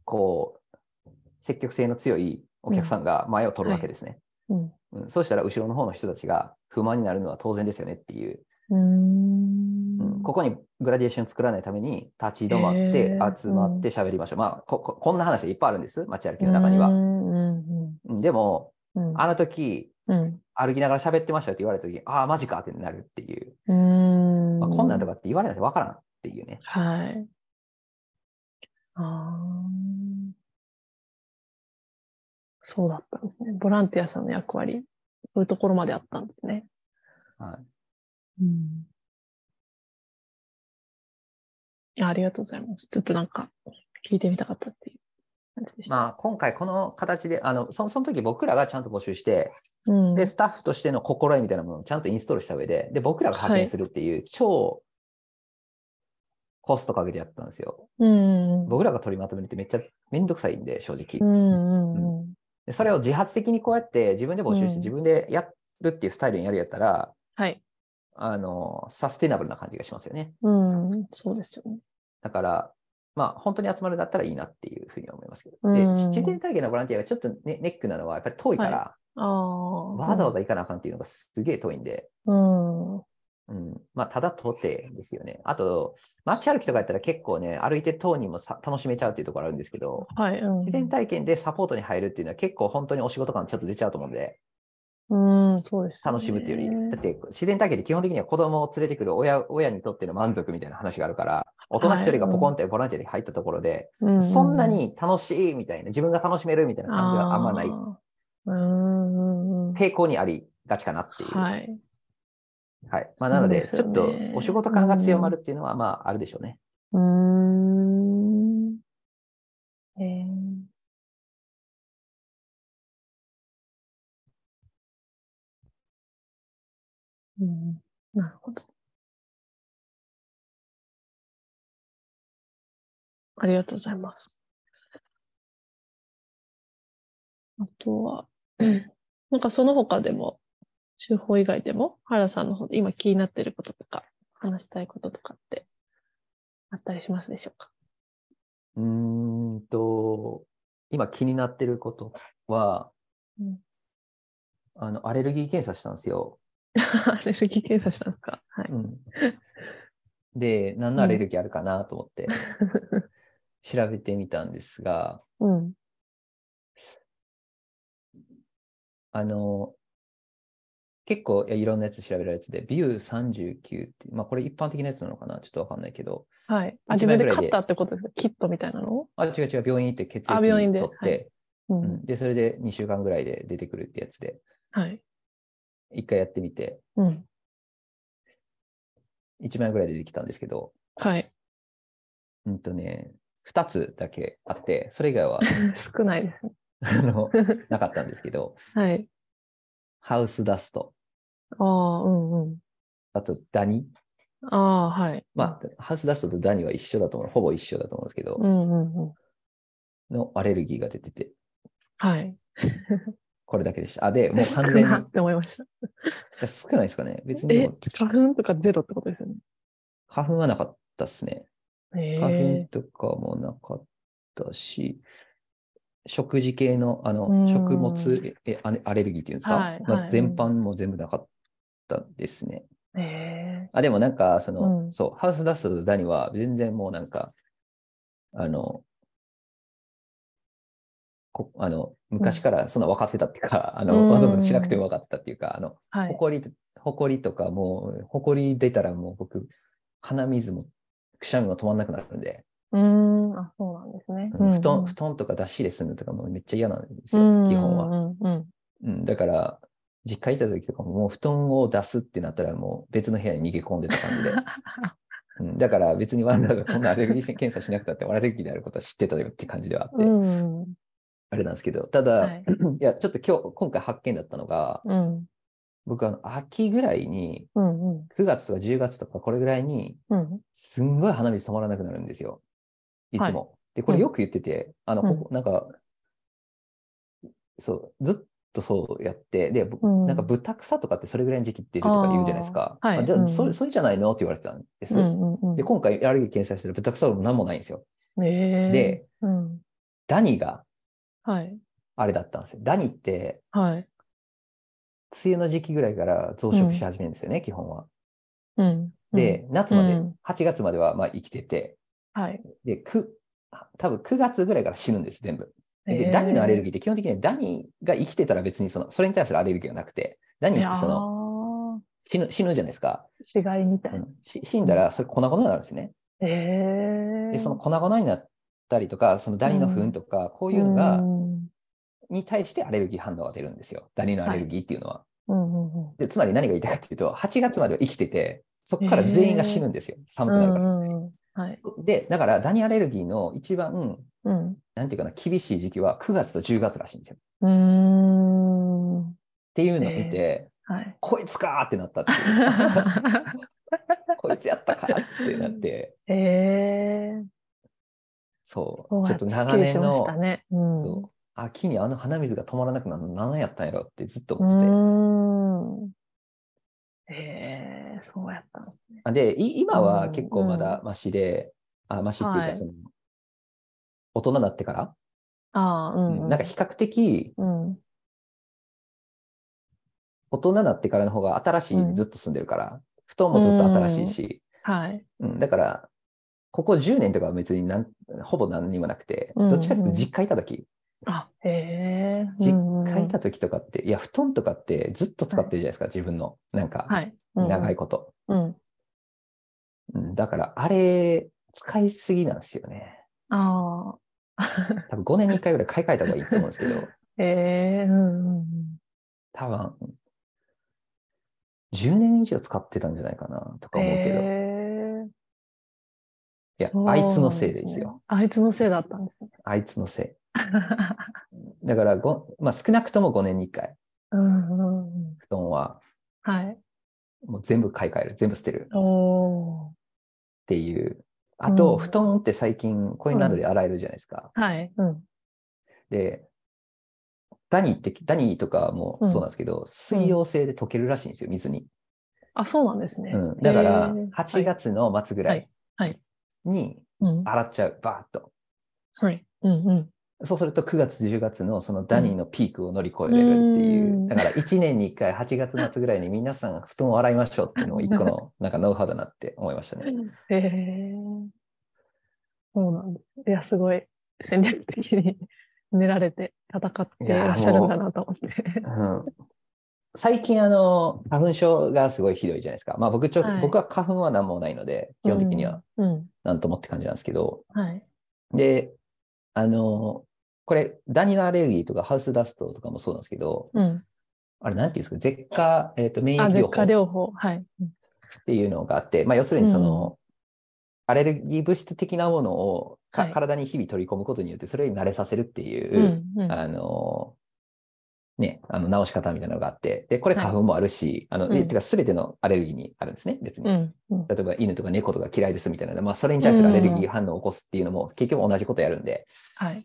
Speaker 2: こう、積極性の強いお客さんが前を取るわけですね。
Speaker 1: うん
Speaker 2: うん、そうしたら後ろの方の人たちが不満になるのは当然ですよねっていう、
Speaker 1: う
Speaker 2: うんん、ここにグラデーション作らないために立ち止まって
Speaker 1: へー
Speaker 2: 集まって喋りましょう。まあここ、こんな話いっぱいあるんです、街歩きの中には。
Speaker 1: うんうん
Speaker 2: うんでも、
Speaker 1: うん
Speaker 2: あの時、
Speaker 1: うん
Speaker 2: 歩きながら喋ってましたよって言われた時、ああ、マジかってなるっていう。
Speaker 1: うん
Speaker 2: まあ、こんなんとかって言われないとわからんっていうね。
Speaker 1: はい。あーそうだったんですね。ボランティアさんの役割、そういうところまであったんですね。
Speaker 2: はい
Speaker 1: うん。いや、ありがとうございます。ちょっとなんか、聞いてみたかったっていう感じでした。
Speaker 2: まあ、今回この形で、あの、そその時僕らがちゃんと募集して、
Speaker 1: うん、
Speaker 2: で、スタッフとしての心得みたいなものをちゃんとインストールした上で、で、僕らが派遣するっていう超コストかけてやったんですよ。
Speaker 1: うん。
Speaker 2: 僕らが取りまとめるってめっちゃめんどくさいんで、正直
Speaker 1: う。んうんうん。
Speaker 2: でそれを自発的にこうやって自分で募集
Speaker 1: う
Speaker 2: して
Speaker 1: ん
Speaker 2: 自分でやるっていうスタイルにやるやったら、
Speaker 1: はい。
Speaker 2: あの、サステナブルな感じがしますよね。
Speaker 1: うん、そうですよね。
Speaker 2: だから、まあ、本当に集まるんだったらいいなっていうふうに思いますけど。
Speaker 1: うん
Speaker 2: で、自然体験のボランティアがちょっとネネックなのは、やっぱり遠いから、
Speaker 1: ああ。
Speaker 2: わざわざ行かなあかんっていうのがすげえ遠いんで、
Speaker 1: うん。うん。
Speaker 2: うん、まあ、ただとてですよね。あと、街歩きとかやったら結構ね、歩いて当人もさ楽しめちゃうっていうところあるんですけど、
Speaker 1: はい。うん、
Speaker 2: 自然体験でサポートに入るっていうのは結構本当にお仕事感ちょっと出ちゃうと思うんで、
Speaker 1: うん、そうです、
Speaker 2: 楽しむっていうより、だって自然体験って基本的には子供を連れてくる親親にとっての満足みたいな話があるから、大人一人がポコンってボランティアに入ったところで、
Speaker 1: うん
Speaker 2: そんなに楽しいみたいな、自分が楽しめるみたいな感じはあんまない
Speaker 1: ーうんうんうん。
Speaker 2: 傾向にありがちかなっていう。はい。
Speaker 1: はい。
Speaker 2: まあ、なので、
Speaker 1: そう
Speaker 2: ち
Speaker 1: で
Speaker 2: ょっ
Speaker 1: すよね
Speaker 2: とお仕事感が強まるっていうのは、まあ、あるでしょうね。
Speaker 1: うーん。えーうん、なるほど。ありがとうございます。あとは、 なんかその他でも、手法以外でも、原さんの方で今気になっていることとか、話したいこととかってあったりしますでしょうか。
Speaker 2: うーんと、今気になってることは、
Speaker 1: うん
Speaker 2: あの、アレルギー検査したんですよ。
Speaker 1: アレルギー検査したんですか。はい。
Speaker 2: うんで、何のアレルギーあるかなと思って調べてみたんですが、
Speaker 1: うん。
Speaker 2: あの、結構いやいろんなやつ調べるやつで、ビュー39って、まあこれ一般的なやつなのかなちょっとわかんないけど、
Speaker 1: はい。あ、
Speaker 2: 一
Speaker 1: 自
Speaker 2: 枚
Speaker 1: 分
Speaker 2: ぐ
Speaker 1: で
Speaker 2: らい
Speaker 1: 買
Speaker 2: で
Speaker 1: ったってことですか。キットみたいなのを。
Speaker 2: あ、違う違う、病院行って血液
Speaker 1: あ病院で
Speaker 2: 取って、
Speaker 1: う
Speaker 2: うん
Speaker 1: ん。
Speaker 2: で、それで2週間ぐらいで出てくるってやつで、
Speaker 1: はい。
Speaker 2: 一回やってみて、
Speaker 1: うん。
Speaker 2: 1枚ぐらいでできたんですけど、
Speaker 1: はい。
Speaker 2: うんとね、2つだけあって、それ以外 は
Speaker 1: 少ないですね。
Speaker 2: あのなかったんですけど、
Speaker 1: はい。
Speaker 2: ハウスダスト、
Speaker 1: ああ、うんうん。
Speaker 2: あとダニ、
Speaker 1: ああ、はい。
Speaker 2: まあ、ハウスダストとダニは一緒だと思う。ほぼ一緒だと思うんですけど、
Speaker 1: うんうんうん。
Speaker 2: のアレルギーが出てて、
Speaker 1: はい。
Speaker 2: これだけでした。あ、で、もう
Speaker 1: 少
Speaker 2: 完
Speaker 1: な
Speaker 2: 全に
Speaker 1: っ。て思いました。
Speaker 2: いや少ないですかね。別にで
Speaker 1: え
Speaker 2: も、
Speaker 1: 花粉とかゼロってことですよね。
Speaker 2: 花粉はなかったですね。花粉
Speaker 1: え
Speaker 2: とかもなかったし、食事系のあ
Speaker 1: う
Speaker 2: の
Speaker 1: ん
Speaker 2: 食物えあアレルギーっていうんですか、
Speaker 1: はい
Speaker 2: まあ
Speaker 1: はい
Speaker 2: 全般も全部なかったですね。
Speaker 1: ー、え
Speaker 2: あでもなんか、その、
Speaker 1: うん
Speaker 2: そう、ハウスダストとダニは全然もうなんか、あの、こあの昔からそんな分かってたっていうか、 あ
Speaker 1: うん
Speaker 2: のわざわざしなくても分かってたっていうか、あの
Speaker 1: ー、はい。
Speaker 2: 埃と、埃とかもう、埃出たらもう僕、鼻水もくしゃみも止まんなくなるんで、
Speaker 1: うーん、あ、そうなんですね。
Speaker 2: 布
Speaker 1: うんう
Speaker 2: 団
Speaker 1: ん
Speaker 2: 布団とか出し入れするのとかもめっちゃ嫌なんです
Speaker 1: う
Speaker 2: よ、
Speaker 1: ん
Speaker 2: 基本は。
Speaker 1: うんうん
Speaker 2: うん、だから、実家いた時とかももう布団を出すってなったらもう別の部屋に逃げ込んでた感じ で。うん、だから別にわざわざこんなアレルギー検査しなくたってアレルギーであることは知ってたよって感じではあって、
Speaker 1: うん。うん
Speaker 2: あれなんですけど、ただ、
Speaker 1: はい
Speaker 2: い、や、ちょっと今日、今回発見だったのが、
Speaker 1: うん
Speaker 2: 僕あの秋ぐらいに、
Speaker 1: うんうん
Speaker 2: 9月とか10月とかこれぐらいに
Speaker 1: うん
Speaker 2: すんごい鼻水止まらなくなるんですよ。いつも。
Speaker 1: はい
Speaker 2: で、これよく言ってて、あの、
Speaker 1: うん
Speaker 2: ここなんか、そう、ずっとそうやって、で、ぶ
Speaker 1: うん
Speaker 2: なんか豚草とかってそれぐらいの時期って出るとか言うじゃないですか。
Speaker 1: あーはい
Speaker 2: あじゃ
Speaker 1: う
Speaker 2: あ
Speaker 1: ん
Speaker 2: それ、それじゃないのって言われてたんです。
Speaker 1: うんうん
Speaker 2: で、今回、アレルギー検査したら豚草も何もないんですよ。
Speaker 1: うん。えー、
Speaker 2: で、
Speaker 1: うん、
Speaker 2: ダニが
Speaker 1: はい
Speaker 2: あれだったんですよ。ダニって、
Speaker 1: はい。
Speaker 2: 梅雨の時期ぐらいから増殖し始めるんですよね、基本は。
Speaker 1: うん、
Speaker 2: で、夏まで、
Speaker 1: うん
Speaker 2: 8月まではまあ生きてて、
Speaker 1: うん、はい。
Speaker 2: で、く多分9月ぐらいから死ぬんです、全部。で、ダニのアレルギーって基本的にはダニが生きてたら別にそのそれに対するアレルギーはなくて、ダニってその
Speaker 1: の、
Speaker 2: 死ぬ死ぬじゃないですか。
Speaker 1: 死骸みたいうな。
Speaker 2: んし死んだらそれ粉々になるんですね。
Speaker 1: えー、
Speaker 2: で、その粉々になったりとか、そのダニの糞とか、こ
Speaker 1: こ
Speaker 2: ういうのが、
Speaker 1: うん
Speaker 2: に対してアレルギー反応が出るんですよ。ダニのアレルギーっていうのは。
Speaker 1: うんうんうん、
Speaker 2: でつまり何が言いたいかっていうと、8月までは生きてて、そこから全員が死ぬんですよ。寒くなるから。
Speaker 1: うんうんうん、はい。
Speaker 2: で、だからダニアレルギーの一番、
Speaker 1: うん。
Speaker 2: なんていうかな、厳しい時期は9月と10月らしいんですよ。
Speaker 1: うーん。
Speaker 2: っていうのを見て、
Speaker 1: はい。
Speaker 2: こいつかーってなっ たっていう。こいつやったかーってなって、
Speaker 1: ええー。
Speaker 2: そ
Speaker 1: こう
Speaker 2: う、ちょっと長
Speaker 1: はっきりし
Speaker 2: 年
Speaker 1: ま
Speaker 2: の
Speaker 1: し、たね。うん。
Speaker 2: そう秋にあの鼻水が止まらなくなるの何やったんやろってずっと
Speaker 1: う
Speaker 2: 思ってて。
Speaker 1: ーん。ええー、そうやったんですね。
Speaker 2: あで、い今は結構ま
Speaker 1: う
Speaker 2: だマシで、あマシってい
Speaker 1: は
Speaker 2: うか
Speaker 1: い
Speaker 2: その、大人になってから、
Speaker 1: ああ、うん、うん。
Speaker 2: なんか比較的
Speaker 1: うん。
Speaker 2: 大人になってからの方が新しい、
Speaker 1: うん
Speaker 2: ずっと住んでるから、布団もずっと新しいし、
Speaker 1: はい。
Speaker 2: うん、だから、ここ10年とかは別になんほぼ何にもなくて、
Speaker 1: うん
Speaker 2: どっちかっていうと実家いた時、
Speaker 1: あ、ええー。
Speaker 2: 実
Speaker 1: うんうん
Speaker 2: 家いた時とかって、いや、布団とかってずっと使ってるじゃないですか、自分の、なん
Speaker 1: は
Speaker 2: か、
Speaker 1: い。うん
Speaker 2: 長い。こと。
Speaker 1: うん。
Speaker 2: うんだから、あれ、使いすぎなんですよね。
Speaker 1: ああ。
Speaker 2: 多分5年に1回ぐらい買い替えた方がいいと思うんですけど、
Speaker 1: ええー。うんうんうん。
Speaker 2: 多分、10年以上使ってたんじゃないかな、とか思うけど、
Speaker 1: えー
Speaker 2: いや
Speaker 1: そう
Speaker 2: あ
Speaker 1: なん
Speaker 2: いつのせいですよ
Speaker 1: ね。あいつのせいだったんですね。
Speaker 2: あいつのせ い。だからご、まあ、少なくとも5年に1回、
Speaker 1: うんうんうん。
Speaker 2: 布団は
Speaker 1: はい。
Speaker 2: もう全部買い替える、全部捨てるっ
Speaker 1: おー。
Speaker 2: ていう。あと、
Speaker 1: うん
Speaker 2: 布団って最近コインランドリーで洗えるじゃないですか。
Speaker 1: はい。うん。
Speaker 2: で、ダニって、ダニとかもそうなんですけど、水溶性で溶けるらしいんですよ、水に。
Speaker 1: あ、そうなんですね。
Speaker 2: うん、だから
Speaker 1: へー、
Speaker 2: 8月の末ぐらい
Speaker 1: はい
Speaker 2: に
Speaker 1: うん。
Speaker 2: 洗っちゃう、バーッと。
Speaker 1: はい。うん
Speaker 2: そうすると9月、10月のそのダニーのピークを乗り越えれるっていうう。
Speaker 1: ん
Speaker 2: だから1年に1回8月末ぐらいに皆さん布団を洗いましょうっていうのも一 個のなんかノウハウだなって思いました
Speaker 1: う
Speaker 2: ね。
Speaker 1: ん。へえ。そうなんです。いや、すごい戦略的に 練られて戦っていらっしゃるんだなと思って。
Speaker 2: うん、最近あの、花粉症がすごいひどいじゃないですか。まあ僕ちょ、
Speaker 1: はい
Speaker 2: 僕は花粉は何もないので、基本的には
Speaker 1: うん。
Speaker 2: なんともって感じなんですけど。
Speaker 1: うん。はい。
Speaker 2: で、あの、これ、ダニのアレルギーとかハウスダストとかもそうなんですけど、
Speaker 1: うん。
Speaker 2: あれなんていうんですか、舌下、えっ、と、免疫
Speaker 1: あ、
Speaker 2: 療
Speaker 1: 舌
Speaker 2: 法
Speaker 1: 下
Speaker 2: っ
Speaker 1: 療法。はい。うん
Speaker 2: ていうのがあって、まあ、要するにその、アレルギー物質的なものをか、
Speaker 1: はい
Speaker 2: 体に日々取り込むことによって、それに慣れさせるっていう
Speaker 1: ん。
Speaker 2: う、
Speaker 1: うん
Speaker 2: あの、ね、あの、治し方みたいなのがあって、で、これ花粉もあるし、あの、
Speaker 1: う
Speaker 2: え
Speaker 1: ん
Speaker 2: てか全てのアレルギーにあるんですね、別に。
Speaker 1: うんうん
Speaker 2: 例えば犬とか猫とか嫌いですみたいな、まあ、それに対するアレル
Speaker 1: うん
Speaker 2: ギ
Speaker 1: う
Speaker 2: ー反応を起こすっていうのも結局同じことやるんで、
Speaker 1: はい。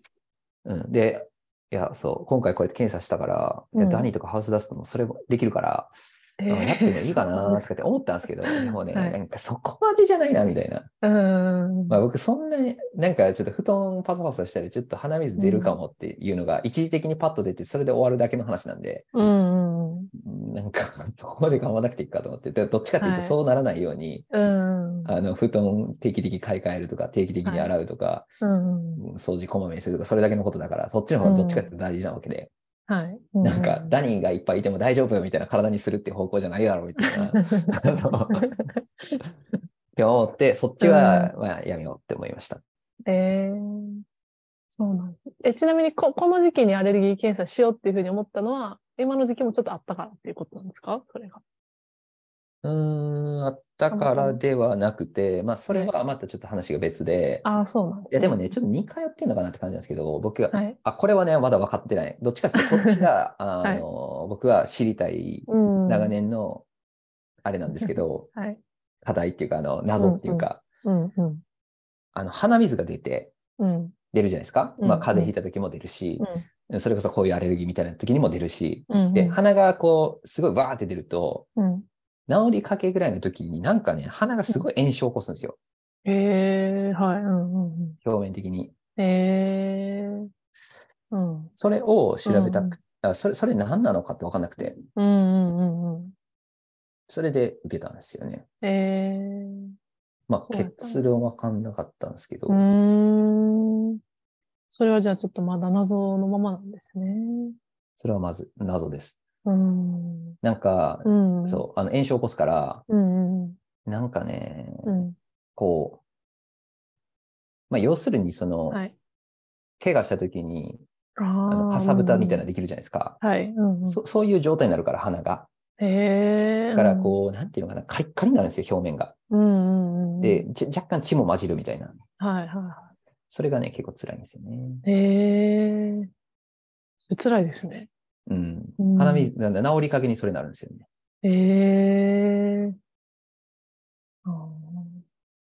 Speaker 2: うん、で、いや、そう、今回こうやって検査したから、いや
Speaker 1: うん
Speaker 2: ダニーとかハウスダストもそれもできるから、
Speaker 1: え
Speaker 2: うんやってもいいかなとかって思ったんですけど、でもね、なんかそこまでじゃないなみたいな。
Speaker 1: ー うん。
Speaker 2: まあ、僕、そんなに、なんかちょっと布団パサパサしたり、ちょっと鼻水出るかもっていうのが、一時的にパッと出て、それで終わるだけの話なんで、
Speaker 1: うんうん
Speaker 2: なんか、そこまで頑張らなくていいかと思って、でどっちかっていう
Speaker 1: は
Speaker 2: と、
Speaker 1: い
Speaker 2: そうならないように、
Speaker 1: うん。
Speaker 2: あの布団定期的に買い替えるとか、定期的に洗うとか、
Speaker 1: うんうん。
Speaker 2: うん掃除こまめにするとか、それだけのことだから、そっちの方がどっちかって大事なわけで、
Speaker 1: はい。
Speaker 2: なんか、ダニーがいっぱいいても大丈夫よみたいな体にするっていう方向じゃないだろうみたいな。あのって思って、そっちは、まあ、やめようって思いました。
Speaker 1: えー、そうなんです。え、ちなみにこ、この時期にアレルギー検査しようっていうふうに思ったのは、今の時期もちょっとあったからっていうことなんですかそれが。
Speaker 2: うーん、あったからではなくて、まあ、それはまたちょっと話が別で、
Speaker 1: ああ、そうなん
Speaker 2: いや、でもね、ちょっと2回やってんのかなって感じなんですけど、僕が、
Speaker 1: はい。
Speaker 2: あ、これはね、まだ分かってない。どっちかっていうと、こっちが、あの、僕が知りたい
Speaker 1: うん。
Speaker 2: 長。年の、あれなんですけど、
Speaker 1: はい。
Speaker 2: 課題っていうか、あの、謎っていうか、
Speaker 1: うんうん。
Speaker 2: あの、鼻水が出て、
Speaker 1: うん。
Speaker 2: 出るじゃないですか。
Speaker 1: うん
Speaker 2: まあ、風邪ひいた時も出るし、それこそこういうアレルギーみたいな時にも出るし、
Speaker 1: うん。うん。
Speaker 2: で、鼻がこう、すごいわーって出ると、
Speaker 1: うん。
Speaker 2: 治りかけぐらいの時になんかね、鼻がすごい炎症を起こすんですよ。
Speaker 1: えー、はい。うんうんうん。
Speaker 2: 表面的に。
Speaker 1: えー。うん。
Speaker 2: それを調べたく、あそれ、それ何なのかって分かんなくて、
Speaker 1: うんうんうんうん。
Speaker 2: それで受けたんですよね。
Speaker 1: えー。
Speaker 2: まあ、
Speaker 1: そうだったんだ
Speaker 2: 結論分かんなかったんですけど、
Speaker 1: うーん。それはじゃあちょっとまだ謎のままなんですね。
Speaker 2: それはまず謎です。
Speaker 1: うん。
Speaker 2: なんか、
Speaker 1: うん。
Speaker 2: そう、あの、炎症を起こすから、
Speaker 1: うんうん
Speaker 2: なんかね、
Speaker 1: うん。
Speaker 2: こう、まあ、要するに、その、
Speaker 1: はい。
Speaker 2: 怪我した時に、
Speaker 1: あ
Speaker 2: あ
Speaker 1: の
Speaker 2: の、かさぶたみたいなのできるじゃないですか。
Speaker 1: はい。うんうん、
Speaker 2: そそういう状態になるから、鼻が。
Speaker 1: へえ。
Speaker 2: だから、こう、なんていうのかな、カリッカリになるんですよ、表面が。
Speaker 1: うん。うんうんうん。
Speaker 2: で、ち若干血も混じるみたいな。
Speaker 1: はいはいは
Speaker 2: それがね、結構辛いんですよね。
Speaker 1: い。へえ。それ辛いですね。
Speaker 2: うん。
Speaker 1: うん
Speaker 2: 鼻水、なんだ治りかけにそれになるんですよね。
Speaker 1: へえ。あ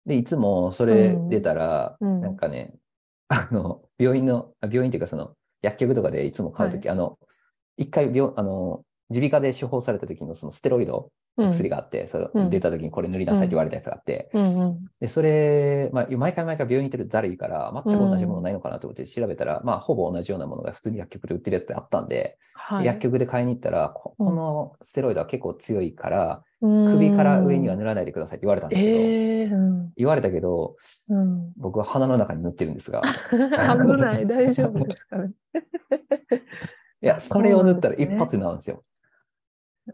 Speaker 1: ー
Speaker 2: で、いつもそれ
Speaker 1: うん
Speaker 2: 出たら、
Speaker 1: うん
Speaker 2: なんかね、あの、病院の、あ病院っていうかその、薬局とかでいつも買うとき、あの、一回病、あの、耳鼻科で処方された時のそのステロイド、
Speaker 1: うん
Speaker 2: 薬があって、それ
Speaker 1: うん
Speaker 2: 出た時にこれ塗りなさいって言われたやつがあって、
Speaker 1: うんうん。
Speaker 2: で、それ、まあ、毎回毎回病院行ってるとだるいから、全く同じものないのかなと思って調べたら、まあ、ほぼ同じようなものが普通に薬局で売ってるやつであったんで、
Speaker 1: はい。
Speaker 2: 薬局で買いに行ったら、こ
Speaker 1: うん
Speaker 2: このステロイドは結構強いから、
Speaker 1: うん
Speaker 2: 首から上には塗らないでくださいって言われたんですけど、
Speaker 1: ええ。うん。
Speaker 2: 言われたけど、
Speaker 1: うん。
Speaker 2: 僕は鼻の中に塗ってるんですが、
Speaker 1: 危ない。大丈夫ですかね。
Speaker 2: いや、それを塗ったら
Speaker 1: そうなんです
Speaker 2: 一
Speaker 1: ね
Speaker 2: 発になるんですよ。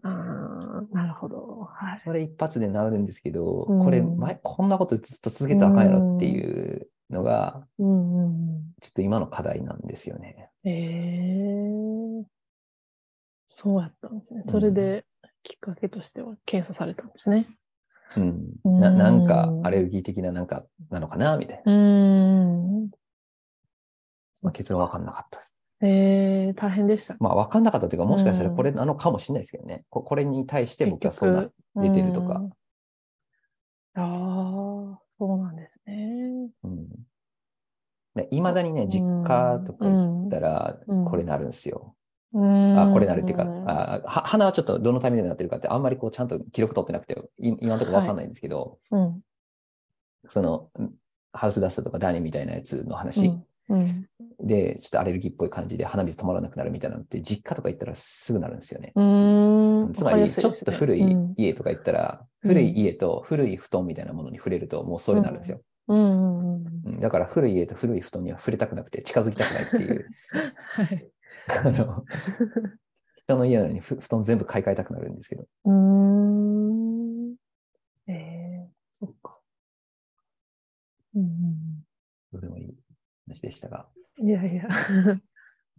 Speaker 1: ああ、なるほど。はい。
Speaker 2: それ一発で治るんですけど、
Speaker 1: うん
Speaker 2: これ、前、こんなことずっと続けたらあかんやろっていうのが、
Speaker 1: うんうんうん。
Speaker 2: ちょっと今の課題なんですよね。
Speaker 1: ええそうやったんですね。それで、きっかけとしては検査されたんですね。
Speaker 2: うん。ななんか
Speaker 1: う、ん
Speaker 2: アレルギー的ななんかなのかな、みたいな。
Speaker 1: うん。
Speaker 2: まあ、結論分かんなかったです。
Speaker 1: ええ大変でした。
Speaker 2: まあ、分かんなかったというか、もしかしたら
Speaker 1: うん
Speaker 2: これなのかもしれないですけどね。ここれに対して僕は
Speaker 1: 結
Speaker 2: そうな
Speaker 1: 局、
Speaker 2: 出てるとか
Speaker 1: うんああ、そうなんですね。
Speaker 2: いまだにね、実家とか行ったら、
Speaker 1: うん
Speaker 2: これなるんですよ。
Speaker 1: うん
Speaker 2: あ、これなるっていうか、
Speaker 1: ん
Speaker 2: あは鼻はちょっとどのタイミングでなってるかって、あんまりこうちゃんと記録取ってなくて、い今のところ分かんないんですけど、
Speaker 1: うん。
Speaker 2: その、うんハウスダストとかダニみたいなやつの
Speaker 1: う
Speaker 2: 話
Speaker 1: ん。うん
Speaker 2: で、ちょっとアレルギーっぽい感じで鼻水止まらなくなるみたいなのって、実家とか行ったらすぐなるんですよね。
Speaker 1: うん。
Speaker 2: つまり、ちょっと古い
Speaker 1: うん。
Speaker 2: 家とか行ったら、
Speaker 1: うん
Speaker 2: 古い家と古い布団みたいなものに触れると、もうそれになるんですよ。
Speaker 1: うんうんうん。
Speaker 2: うんだから、古い家と古い布団には触れたくなくて、近づきたくないっ ていう、
Speaker 1: はい。
Speaker 2: あの、人の家なのにふ布団全部買い替えたくなるんですけど。
Speaker 1: うーん。ええそっか。うんうん
Speaker 2: どうでもいい話でしたが。
Speaker 1: うん、いやいや、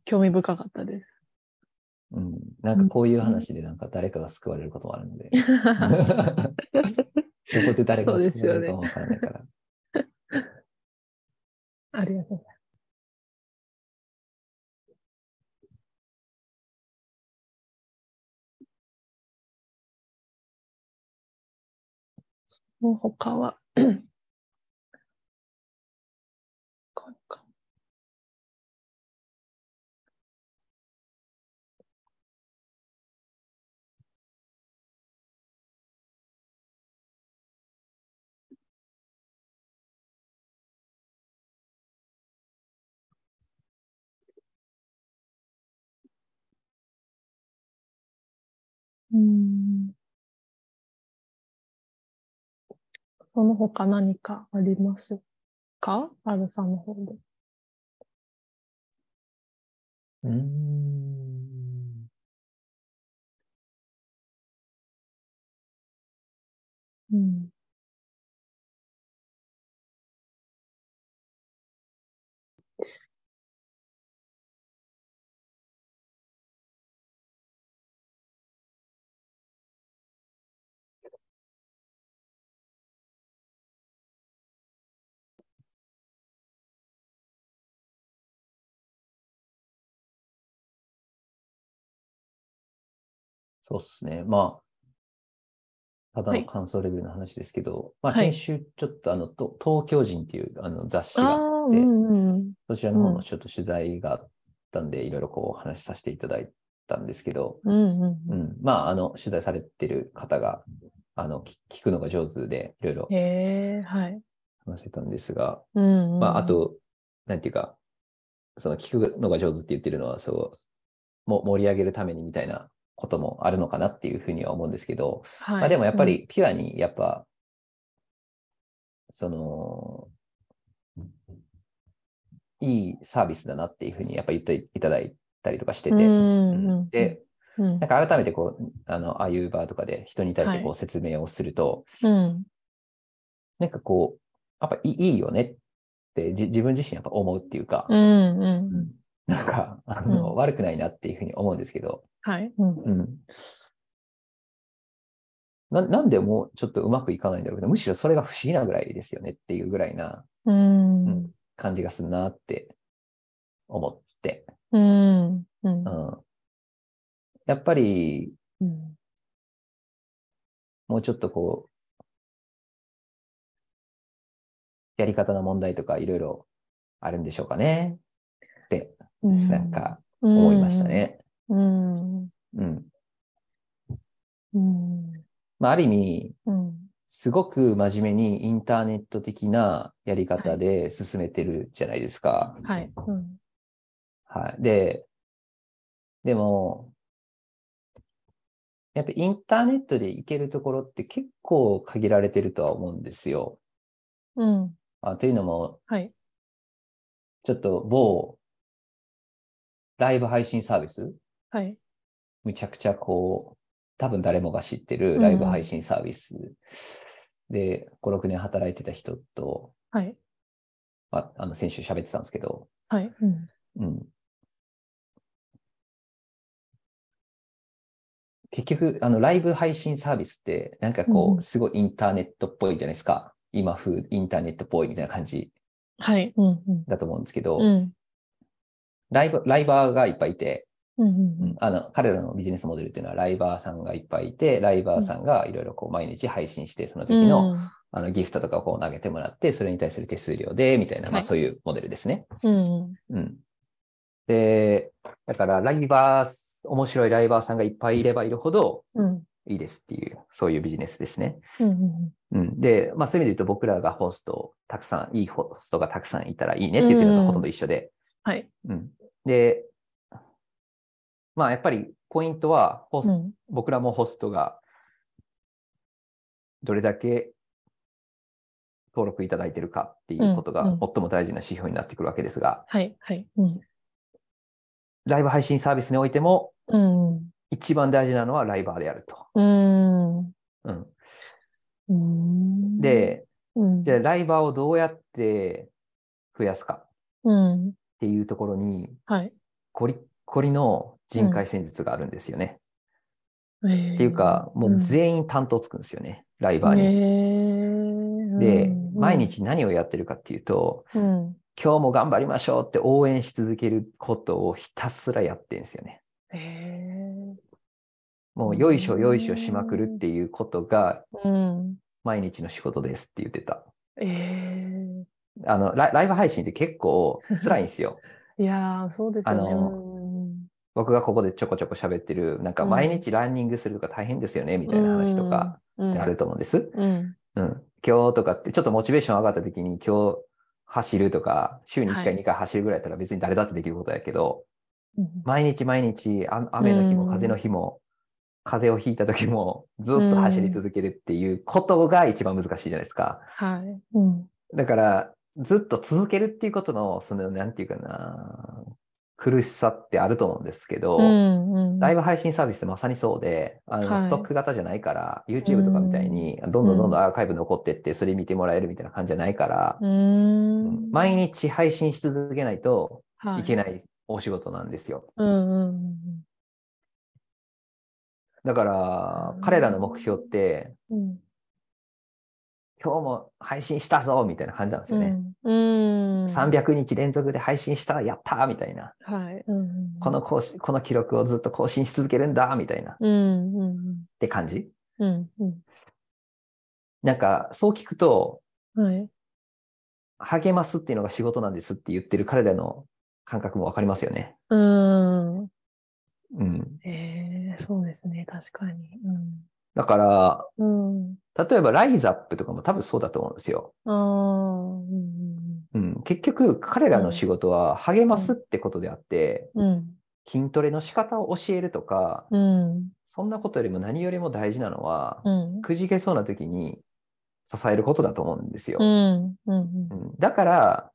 Speaker 1: 興味深かったです。
Speaker 2: うん。なんかこういう話で、なんか誰かが救われることもある ので。 どこで誰が救われるかもわからな いから。
Speaker 1: ありがとうございます。もう他 は。他かうんその他何かありますかアルさんの方で。
Speaker 2: うーん。
Speaker 1: うん。
Speaker 2: そうっすね。まあ、ただ
Speaker 1: は
Speaker 2: の
Speaker 1: い
Speaker 2: 感想レベルの話ですけど、まあ、
Speaker 1: はい
Speaker 2: 先週ちょっとあの、と東京人っていうあの雑誌
Speaker 1: あ
Speaker 2: が
Speaker 1: あ
Speaker 2: あっ
Speaker 1: ー、う
Speaker 2: て、
Speaker 1: んうん。
Speaker 2: そちらの方
Speaker 1: う
Speaker 2: の
Speaker 1: ん
Speaker 2: ちょっと取材があったんで、いろいろこうお話しさせていただいたんですけど、
Speaker 1: うんうん
Speaker 2: う、
Speaker 1: うん
Speaker 2: まあ、あの、取材されてる方が、あの、き聞くのが上手で、いろいろ
Speaker 1: ん。へえ、はい。
Speaker 2: 話せたんですが、
Speaker 1: うん、うん。
Speaker 2: まあ、あ、と、なんていうか、その聞くのが上手って言ってるのは、そう、も盛り上げるためにみたいなこともあるのかなっていうふうには思うんですけど、
Speaker 1: はい、
Speaker 2: まあでもやっぱ、りピュアに、やっぱ、その、いいサービスだなっていうふうにやっぱ言っていただいたりとかして
Speaker 1: うん、う
Speaker 2: て、
Speaker 1: んうん、
Speaker 2: で、
Speaker 1: うん、
Speaker 2: なんか改めてこう、あの、ああいうバーとかで人に対してこ
Speaker 1: は
Speaker 2: う説明をすると、
Speaker 1: うん、
Speaker 2: なんかこう、やっぱいいいいよねってじ自分自身やっぱ思うっていうか、
Speaker 1: うん、うん。
Speaker 2: なんか、あの、
Speaker 1: うん
Speaker 2: 悪くないなっていうふうに思うんですけど、
Speaker 1: はい。うん
Speaker 2: うん。ななんでもうちょっとうまくいかないんだろうけど、むしろそれが不思議なぐらいですよねっていうぐらいな
Speaker 1: うん。
Speaker 2: うん感じがするなって思って、
Speaker 1: うん。うん
Speaker 2: うん。やっぱり、
Speaker 1: うん。
Speaker 2: もうちょっとこう、やり方の問題とかいろいろあるんでしょうかねって、
Speaker 1: うん
Speaker 2: なん、か思いましたね。
Speaker 1: うん。うん。
Speaker 2: うん。
Speaker 1: うん。
Speaker 2: まあ、ある意味、
Speaker 1: うん。
Speaker 2: すごく真面目にインターネット的なやり方で進めてるじゃないですか。
Speaker 1: はい。うん。
Speaker 2: はい。で、でも、やっぱインターネットで行けるところって結構限られてるとは思うんですよ。
Speaker 1: うん。
Speaker 2: あというのも、
Speaker 1: はい。
Speaker 2: ちょっと某ライブ配信サービス、
Speaker 1: はい。
Speaker 2: むちゃくちゃこう、多分誰もが知ってるライブ配信サービスで5、6年働いてた人と、
Speaker 1: はい。
Speaker 2: まあ、あの先週喋ってたんですけど、
Speaker 1: はい。うん。
Speaker 2: うん結局、あの、ライブ配信サービスって、なんか
Speaker 1: うん
Speaker 2: こ
Speaker 1: う
Speaker 2: う、
Speaker 1: ん
Speaker 2: すごいインターネットっぽいじゃないですか。今風インターネットっぽいみたいな感じ
Speaker 1: はい。うん。うん。
Speaker 2: だと思うんですけど、
Speaker 1: うん。
Speaker 2: ライブ、ライバーがいっぱいいて、
Speaker 1: うん。
Speaker 2: うんあの、彼らのビジネスモデルっていうのは、ライバーさんがいっぱいいて、ライバーさんがいろいろこう、毎日配信して、その時
Speaker 1: うん。
Speaker 2: の、あの、ギフトとかをこう投げてもらって、それに対する手数料で、みたいな、ま
Speaker 1: は
Speaker 2: あ
Speaker 1: い
Speaker 2: そういうモデルですね。
Speaker 1: うん。
Speaker 2: うん。で、だからライバー、面白いライバーさんがいっぱいいればいるほど
Speaker 1: うん。
Speaker 2: いいですっていう、そういうビジネスですね。
Speaker 1: うん。
Speaker 2: うん、で、まあそういう意味で言うと僕らがホスト、たくさん、いいホストがたくさんいたらいいねって言ってるのとほとんど一緒で。
Speaker 1: はい。
Speaker 2: うん。で、まあやっぱりポイントはホス、
Speaker 1: うん。
Speaker 2: 僕らもホストがどれだけ登録いただいてるかっていうことが
Speaker 1: うんうん
Speaker 2: 最も大事な指標になってくるわけですが、
Speaker 1: はい。はい。うん。
Speaker 2: ライブ配信サービスにおいても
Speaker 1: うん。
Speaker 2: 一番大事なのはライバーであると。
Speaker 1: うん。
Speaker 2: うん、
Speaker 1: うん。、
Speaker 2: で、
Speaker 1: うん。
Speaker 2: じゃあライバーをどうやって増やすかっ
Speaker 1: うん。
Speaker 2: ていうところに、
Speaker 1: はい。
Speaker 2: コリッコリの人海戦術があるんですよね。
Speaker 1: っ
Speaker 2: っていうか、もう全員担当つくんですよね、ライバーに。で、毎、日何をやってるかっていうと、
Speaker 1: うん。
Speaker 2: 今日も頑張りましょうって応援し続けることをひたすらやってるんですよね。
Speaker 1: え
Speaker 2: もうよいしょよいしょしまくるっていうことが
Speaker 1: うん。
Speaker 2: 毎日の仕事ですって言ってた。
Speaker 1: え
Speaker 2: あのライライブ配信って結構辛いんですよ。
Speaker 1: えいやー、そうですよね。
Speaker 2: あの
Speaker 1: うん
Speaker 2: 僕がここでちょこちょこ喋ってる、なんか
Speaker 1: うん
Speaker 2: 毎日ランニングするとか大変ですよね、みたいな話とか
Speaker 1: うん
Speaker 2: あると思うんです。
Speaker 1: うん
Speaker 2: うん。今日とかって、ちょっとモチベーション上がった時に今日走るとか、週に1
Speaker 1: は
Speaker 2: 回
Speaker 1: い
Speaker 2: 2回走るぐらいだったら別に誰だってできることやけど、
Speaker 1: うん
Speaker 2: 毎日毎日あ雨の日も
Speaker 1: うん
Speaker 2: 風の日も、風邪をひいた時もずっと走り続けるっていうことが一番難しいじゃないですか。
Speaker 1: はい。うん
Speaker 2: だから、ずっと続けるっていうことの、その、なんていうかな、苦しさってあると思うんですけど、
Speaker 1: うんうん
Speaker 2: ライブ配信サービスってまさにそうで、あの
Speaker 1: はい
Speaker 2: ストック型じゃないから、YouTube とかみたいに、どんどんどんどんアーカイブ残ってって、それ見てもらえるみたいな感じじゃないから、
Speaker 1: うーん
Speaker 2: 毎日配信し続けないといけ
Speaker 1: ない。
Speaker 2: ないお仕事なんですよ。
Speaker 1: うんうんうん
Speaker 2: だから
Speaker 1: うん、
Speaker 2: 彼らの目標って、
Speaker 1: うん
Speaker 2: 今日も配信したぞみたいな感じなんですよね。
Speaker 1: うん。うん。
Speaker 2: 300日連続で配信した、やったーみたいな。
Speaker 1: はい。うんうん
Speaker 2: この更新この記録をずっと更新し続けるんだみたいなっ
Speaker 1: うんうん
Speaker 2: て感じ。
Speaker 1: うんうん
Speaker 2: なんか、そう聞くと、
Speaker 1: うん。はい。
Speaker 2: 励ますっていうのが仕事なんですって言ってる彼らの感覚もわかりますよね。
Speaker 1: うん。
Speaker 2: うん。
Speaker 1: えー、そうですね。確かに。
Speaker 2: だから、
Speaker 1: うん。うん。
Speaker 2: 例えばライザップとかも多分そうだと思うんですよ。
Speaker 1: ああ。うん
Speaker 2: うん。結局、彼らの仕事は励ますってことであって、
Speaker 1: うん。
Speaker 2: 筋トレの仕方を教えるとか、
Speaker 1: うん。
Speaker 2: そんなことよりも何よりも大事なのは、
Speaker 1: うん。
Speaker 2: くじけそうな時に支えることだと思うんですよ。
Speaker 1: うん。うん。うん
Speaker 2: うんだから、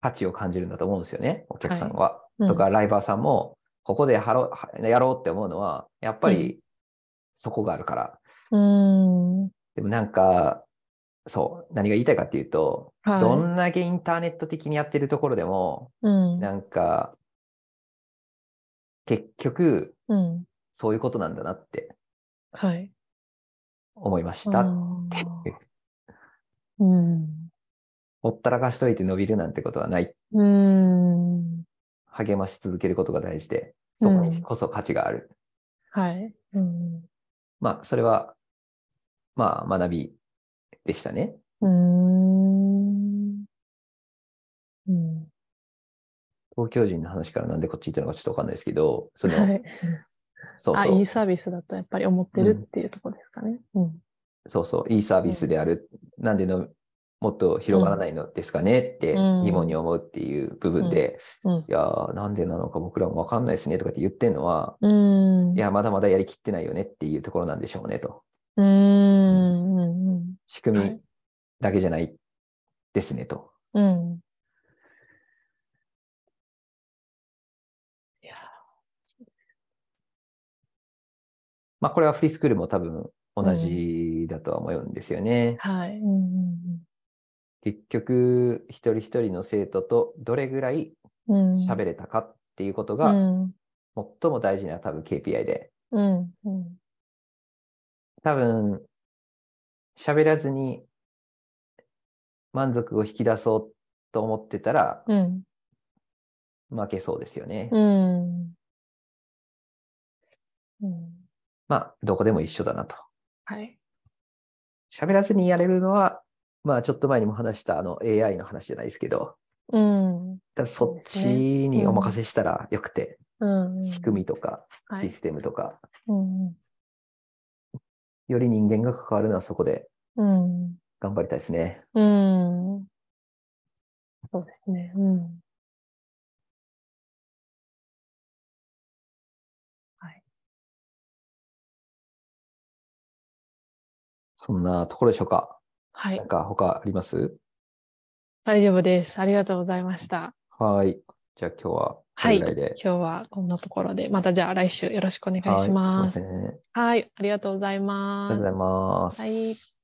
Speaker 2: 価値を感じるんだと思うんですよね、お客さんは。
Speaker 1: うん
Speaker 2: とか、ライバーさんも、ここでやろうやろうって思うのは、やっぱりそこがあるから。
Speaker 1: うん。
Speaker 2: でもなんか、そう、何が言いたいかっていうと、
Speaker 1: はい
Speaker 2: どんだけインターネット的にやってるところでも、
Speaker 1: うん。
Speaker 2: なんか、結局、
Speaker 1: うん。
Speaker 2: そういうことなんだなって
Speaker 1: はい。
Speaker 2: 思いました。
Speaker 1: あーうん。
Speaker 2: ほったらかしといて伸びるなんてことはない。
Speaker 1: うん。
Speaker 2: 励まし続けることが大事で、そこにこそ価値がある。
Speaker 1: はい。うん。
Speaker 2: まあ、それは、まあ、学びでしたね。
Speaker 1: うーん。うん。
Speaker 2: 東京人の話からなんでこっち行ったのかちょっとわかんないですけど、その、
Speaker 1: はい。
Speaker 2: そう
Speaker 1: あ、
Speaker 2: そ
Speaker 1: いうい、サービスだとやっぱり思ってるっていうところですかね。うん。
Speaker 2: そうそう、いいサービスである。なんでの、もっと広がらないのですかねって
Speaker 1: うん
Speaker 2: 疑問に思うっていう部分で、
Speaker 1: うん
Speaker 2: いやー、なんでなのか僕らもわかんないですねとかって言ってんのは、
Speaker 1: うん。
Speaker 2: いや、まだまだやりきってないよねっていうところなんでしょうねと。
Speaker 1: うーん。うん。
Speaker 2: 仕組
Speaker 1: は
Speaker 2: み
Speaker 1: い
Speaker 2: だけじゃないですねと。
Speaker 1: うん。いや
Speaker 2: まあ、これはフリースクールも多分同じだとは思うんですよね。
Speaker 1: ーはい。うん
Speaker 2: 結局、一人一人の生徒とどれぐらい
Speaker 1: うんうん。うん
Speaker 2: 喋れたかっていうこと
Speaker 1: う
Speaker 2: が、
Speaker 1: ん。
Speaker 2: 最も大事な多分 KPI で、
Speaker 1: うん。うん。
Speaker 2: 多分、喋らずに満足を引き出そうと思ってたら、
Speaker 1: うん。
Speaker 2: 負けそうですよね。
Speaker 1: うん。うん。
Speaker 2: まあ、どこでも一緒だなと。
Speaker 1: はい。
Speaker 2: 喋らずにやれるのは、まあ、ちょっと前にも話したあの AI の話じゃないですけど、
Speaker 1: うん。
Speaker 2: ただそっ
Speaker 1: そう
Speaker 2: ち
Speaker 1: です
Speaker 2: にお任せしたらよくて、
Speaker 1: うん。
Speaker 2: 仕組みとか
Speaker 1: は
Speaker 2: シ
Speaker 1: い。
Speaker 2: ステムとか、
Speaker 1: うん。
Speaker 2: より人間が関わるのはそこで
Speaker 1: うん。
Speaker 2: 頑張りたいですね。
Speaker 1: うん。そうですね。うん。
Speaker 2: そんなところでしょうか。
Speaker 1: はい
Speaker 2: なん。か他あります
Speaker 1: 大丈夫です。ありがとうございました。
Speaker 2: はい。じゃあ今日はこ
Speaker 1: はい。
Speaker 2: れぐ
Speaker 1: 今
Speaker 2: らいで。
Speaker 1: 日はこんなところで、またじゃあ来週よろしくお願いし
Speaker 2: は
Speaker 1: ま
Speaker 2: いす
Speaker 1: す。
Speaker 2: いません。あり
Speaker 1: はい。ありがとうござい
Speaker 2: がと
Speaker 1: ま
Speaker 2: う
Speaker 1: す
Speaker 2: ござ。いま
Speaker 1: は
Speaker 2: す。
Speaker 1: い